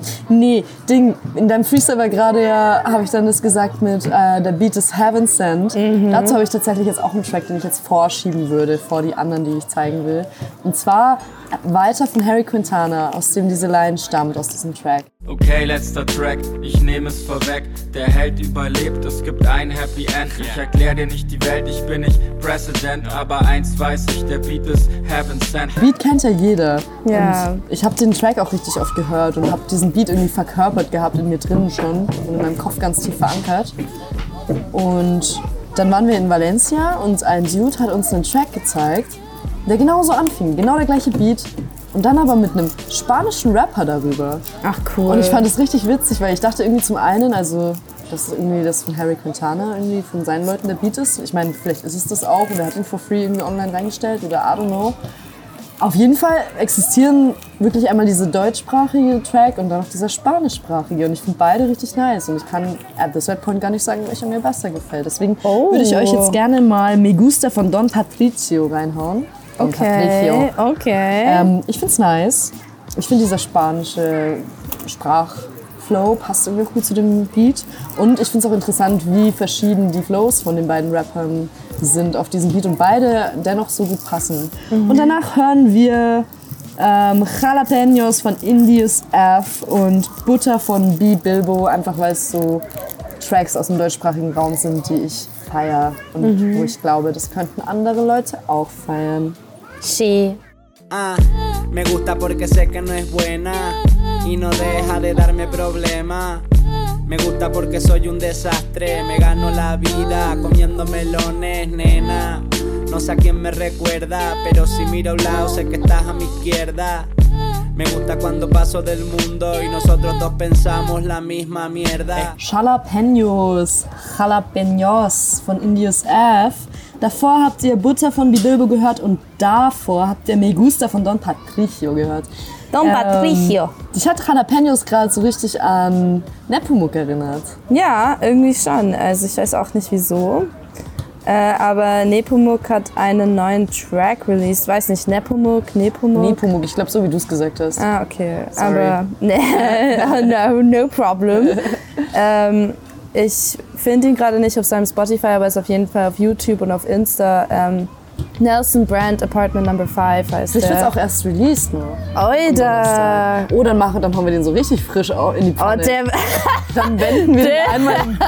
S8: Nee, Ding, in deinem Freestyle war gerade ja, habe ich dann das gesagt mit äh, der Beat is Heaven Sent. Dazu habe ich tatsächlich jetzt auch einen Track, den ich jetzt vorschieben würde, vor die anderen, die ich zeigen will. Und zwar weiter von Harry Quintana, aus dem diese Line stammt, aus diesem Track.
S1: Okay, letzter Track, ich nehme es vorweg. Der Held überlebt, es gibt ein Happy End. Ich erklär dir nicht die Welt, ich bin nicht President, aber eins weiß ich, der Beat ist Heaven Sent.
S8: Beat kennt ja jeder.
S1: Ja.
S8: Und ich habe den Track auch richtig oft gehört und habe diesen Beat irgendwie verkörpert gehabt in mir drinnen schon und in meinem Kopf ganz tief verankert. Und dann waren wir in Valencia und ein Dude hat uns einen Track gezeigt, der genauso anfing, genau der gleiche Beat. Und dann aber mit einem spanischen Rapper darüber. Ach
S5: cool.
S8: Und ich fand es richtig witzig, weil ich dachte irgendwie zum einen, also dass irgendwie das von Harry Quintana irgendwie von seinen Leuten der Beat ist. Ich meine, vielleicht ist es das auch und er hat ihn for free irgendwie online reingestellt oder I don't know. Auf jeden Fall existieren wirklich einmal diese deutschsprachige Track und dann auch dieser spanischsprachige. Und ich finde beide richtig nice. Und ich kann at this red point gar nicht sagen, welcher mir besser gefällt. Deswegen würde ich euch
S5: Oh.
S8: jetzt gerne mal Me Gusta von Don Patricio reinhauen. Don
S5: Okay, okay.
S8: Ähm, ich finde es nice. Ich finde dieser spanische Sprachflow passt irgendwie auch gut zu dem Beat. Und ich finde es auch interessant, wie verschieden die Flows von den beiden Rappern sind auf diesem Beat und beide dennoch so gut passen.
S5: Mhm.
S8: Und danach hören wir ähm, Jalapenos von Indius F und Butter von B Bilbo, einfach weil es so Tracks aus dem deutschsprachigen Raum sind, die ich feier und
S5: Mhm.
S8: wo ich glaube, das könnten andere Leute auch feiern.
S5: She.
S22: Ah, me gusta porque sé que no es buena y no deja de darme problemas. Me gusta porque soy un desastre, me gano la vida comiendo melones, nena. No sé a quién me recuerda, pero si miro a un lado sé que estás a mi izquierda. Me gusta cuando paso del mundo y nosotros dos pensamos la misma mierda.
S8: Jalapenos, Jalapenos von Indius F. Davor habt ihr Butter von Bibilbo gehört und davor habt ihr Me Gusta von Don Patricio gehört. Ähm,
S5: Don Patricio.
S8: Ich hatte Jalapenos gerade so richtig an Nepomuk erinnert.
S5: Ja, irgendwie schon. Also ich weiß auch nicht wieso. Äh, aber Nepomuk hat einen neuen Track released. Weiß nicht, Nepomuk, Nepomuk.
S8: Nepomuk, ich glaube so wie du es gesagt hast.
S5: Ah, okay.
S8: Sorry.
S5: Aber nee, no, no problem. ähm, ich finde ihn gerade nicht auf seinem Spotify, aber ist auf jeden Fall auf YouTube und auf Insta. Ähm, Nelson Brand Apartment Number 5 heißt
S8: Vielleicht wird es
S5: der.
S8: auch erst released, ne?
S5: Oida!
S8: Oh, dann machen, dann hauen wir den so richtig frisch au- in die Pfanne.
S5: Oh, der-
S8: dann wenden wir den
S5: Der-
S8: einmal in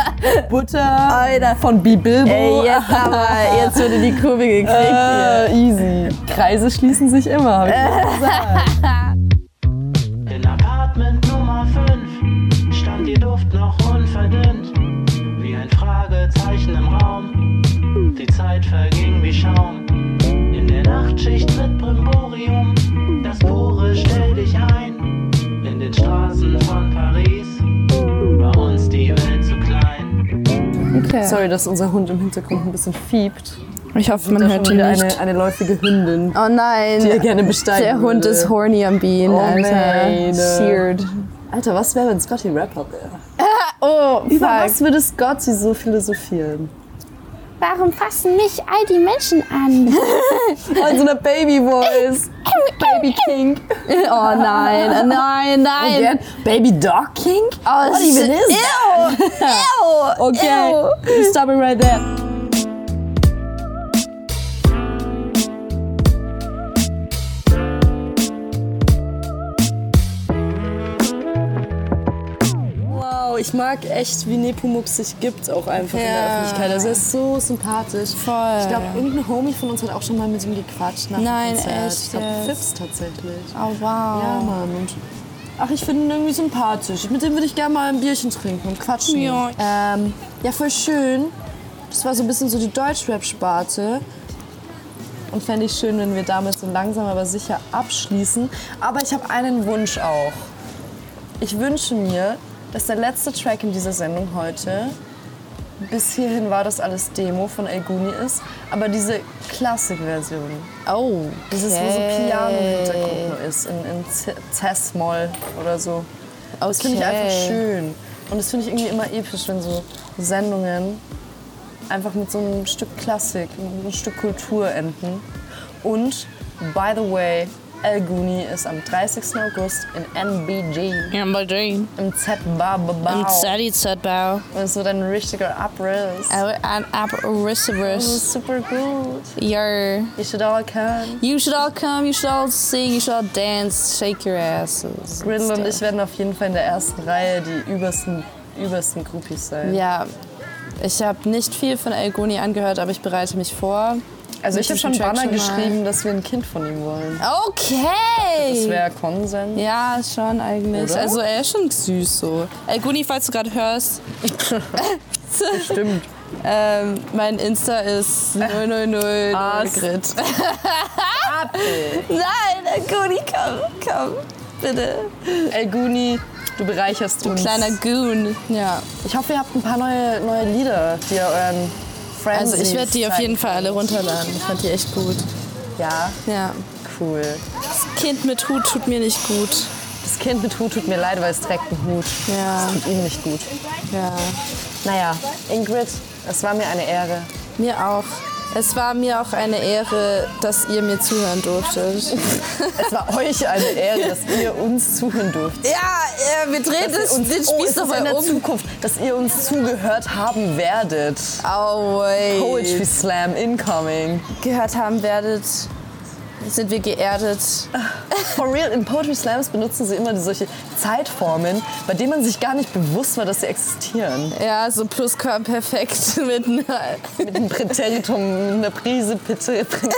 S8: Butter von Bibilbo.
S5: Ey, jetzt aber, jetzt wurde die Kurve gekriegt
S8: Äh, easy. Kreise schließen sich immer, hab ich gesagt.
S23: In Apartment Nummer 5 stand ihr Duft noch unverdünnt, wie ein Fragezeichen im Raum. Die Zeit verging wie Schaum.
S8: Sorry, dass unser Hund im Hintergrund ein bisschen fiebt.
S5: Ich hoffe,
S8: Da
S5: man
S8: schon
S5: hört ihn
S8: wieder
S5: nicht.
S8: Eine, eine läufige Hündin.
S5: Oh nein.
S8: Die er gerne besteigen
S5: Der Hund
S8: würde.
S5: ist horny am Bean,
S8: Oh,
S5: Alter.
S8: meine.
S5: Seared.
S8: Alter, was wäre, wenn Scotty Rapper wäre?
S5: Oh,
S8: Über was würde Scotty so philosophieren?
S6: Warum fassen mich all die Menschen an?
S8: Also eine Baby Voice. Baby King.
S5: Oh nein, oh nein, nein.
S8: Again? Baby Dog King?
S5: Oh,
S8: What even
S5: shit.
S8: is that?
S5: Ew, ew,
S8: Okay,
S5: ew.
S8: you stop it right there. Wow, Ich mag echt, wie Nepomuk sich gibt, auch einfach in der
S5: Ja.
S8: Öffentlichkeit. Also er ist so sympathisch.
S5: Voll.
S8: Ich glaube, irgendein Homie von uns hat auch schon mal mit ihm gequatscht nach
S5: Nein,
S8: dem Konzert.
S5: echt
S8: Ich glaube,
S5: jetzt?
S8: Fips tatsächlich.
S5: Oh, wow.
S8: Ja, Mann. Und ach, ich finde ihn irgendwie sympathisch. Mit dem würde ich gerne mal ein Bierchen trinken und quatschen.
S5: Ja.
S8: Ähm, ja, voll schön. Das war so ein bisschen so die Deutschrap-Sparte. Und fände ich schön, wenn wir damit so langsam aber sicher abschließen. Aber ich habe einen Wunsch auch. Ich wünsche mir, dass der letzte Track in dieser Sendung heute bis hierhin war das alles Demo von El Guni ist, aber diese Klassik-Version. Oh, Dieses, wo so Piano im Hintergrund nur ist, in, in C- C-Moll oder so. Das finde ich
S5: Okay.
S8: einfach schön. Und das finde ich irgendwie immer episch, wenn so Sendungen einfach mit so einem Stück Klassik, mit einem Stück Kultur enden. Und, by the way, El Guni ist am 30. August in NBG. NBG. Im Z-Bau.
S5: Im
S8: Z-Bau. Und es wird ein Also richtiger Abriss.
S5: An
S8: Oh,
S5: abrissibris.
S8: super gut.
S5: Yo.
S8: You should all come.
S5: You should all come, you should all sing, you should all dance, shake your asses.
S8: Griddle und ich werden auf jeden Fall in der ersten Reihe die übersten, übersten Groupies sein.
S5: Ja, ich habe nicht viel von El Goni angehört, aber ich bereite mich vor.
S8: Also ich habe
S5: Mich
S8: schon
S5: diesen Track
S8: Banner
S5: mal-
S8: geschrieben, dass wir ein Kind von ihm wollen.
S5: Okay!
S8: Das wäre Konsens.
S5: Ja, schon eigentlich.
S8: Oder?
S5: Also er ist schon süß so. Ey, Guni, falls du gerade hörst.
S8: Stimmt.
S5: ähm, mein Insta ist 000 Grit. Nein, El Guni, komm, komm, bitte.
S8: El Guni, du bereicherst
S5: Du
S8: uns.
S5: kleiner Goon. Ja.
S8: Ich hoffe, ihr habt ein paar neue, neue Lieder, die ihr euren Friends
S5: Also ich werde die auf jeden Fall alle runterladen. Ich fand die echt gut.
S8: Ja?
S5: Ja.
S8: Cool.
S5: Das Kind mit Hut tut mir nicht gut.
S8: Das Kind mit Hut tut mir leid, weil es trägt einen Hut.
S5: Ja.
S8: Das tut ihm nicht gut.
S5: Ja.
S8: Naja, Ingrid, es war mir eine Ehre.
S5: Mir auch. Es war mir auch eine Ehre, dass ihr mir zuhören durftet.
S8: Es war euch eine Ehre, dass ihr uns zuhören durft.
S5: Ja, äh, wir drehen
S8: Dass ihr
S5: das,
S8: uns-
S5: den
S8: oh,
S5: Spieß
S8: es ist
S5: doch
S8: in
S5: mal
S8: der
S5: um.
S8: Zukunft, dass ihr uns zugehört haben werdet.
S5: Oh, ey.
S8: Poetry Slam incoming.
S5: Gehört haben werdet, sind wir geerdet.
S8: For real, in Poetry Slams benutzen sie immer solche Zeitformen, bei denen man sich gar nicht bewusst war, dass sie existieren.
S5: Ja, so Plusquamperfekt mit einer...
S8: Mit einem Präteritum, mit einer Prise Präteritum.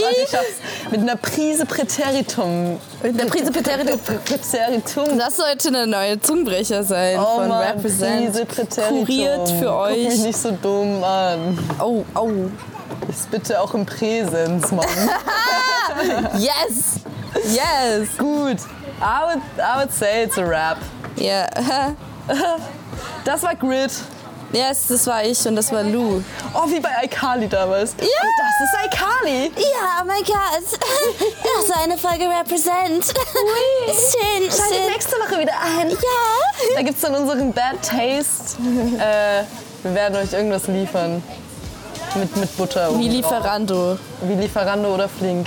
S8: Warte, ich schaff's. Mit einer Prise Präteritum.
S5: Mit einer Prise Präteritum.
S8: Präteritum.
S5: Das sollte eine neue Zungenbrecher sein
S8: Oh
S5: von
S8: Mann,
S5: Represent.
S8: Prise Präteritum.
S5: Kuriert für
S8: Guck mich
S5: euch.
S8: nicht so dumm an.
S5: Oh, oh.
S8: Ist bitte auch im Präsens, Mann.
S5: Yes! Yes!
S8: Gut. I would, I would say it's a wrap.
S5: Ja.
S8: Das war Grid.
S5: Yes, das war ich und das war Lou.
S8: Oh, wie bei iCarly damals. Ja. Das ist iCarly.
S6: Ja, oh mein Gott. Das war eine Folge Represent. Schön,
S8: Schalt
S6: schön.
S8: die nächste Woche wieder ein.
S6: Ja.
S8: Da gibt's dann unseren Bad Taste. äh, wir werden euch irgendwas liefern. Mit, mit Butter.
S5: Wie
S8: oben drauf.
S5: Lieferando.
S8: Wie Lieferando oder Flink.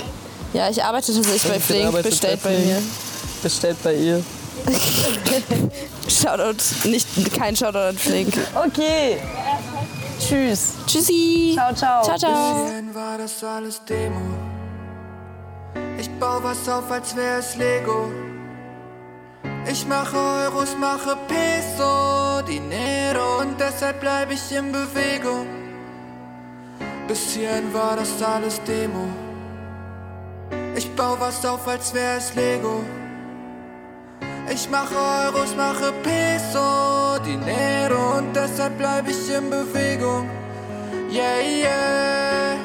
S5: Ja, ich arbeite tatsächlich bei
S8: Ich
S5: Flink,
S8: arbeite
S5: bestellt
S8: bei
S5: bei mir.
S8: Flink. Bestellt bei ihr.
S5: Shoutout, nicht, kein Shoutout an Flink.
S8: Okay. Tschüss.
S5: Tschüssi.
S8: Ciao, ciao.
S5: Ciao, ciao.
S9: Bisher war das alles Demo. Ich bau was auf, als wär es Lego. Ich mache Euros, mache Peso, Dinero und deshalb bleib ich in Bewegung. Bis hierhin war das alles Demo. Ich bau was auf, als wär es Lego. Ich mache Euros, mache Peso, Dinero und deshalb bleib ich in Bewegung. Yeah, yeah.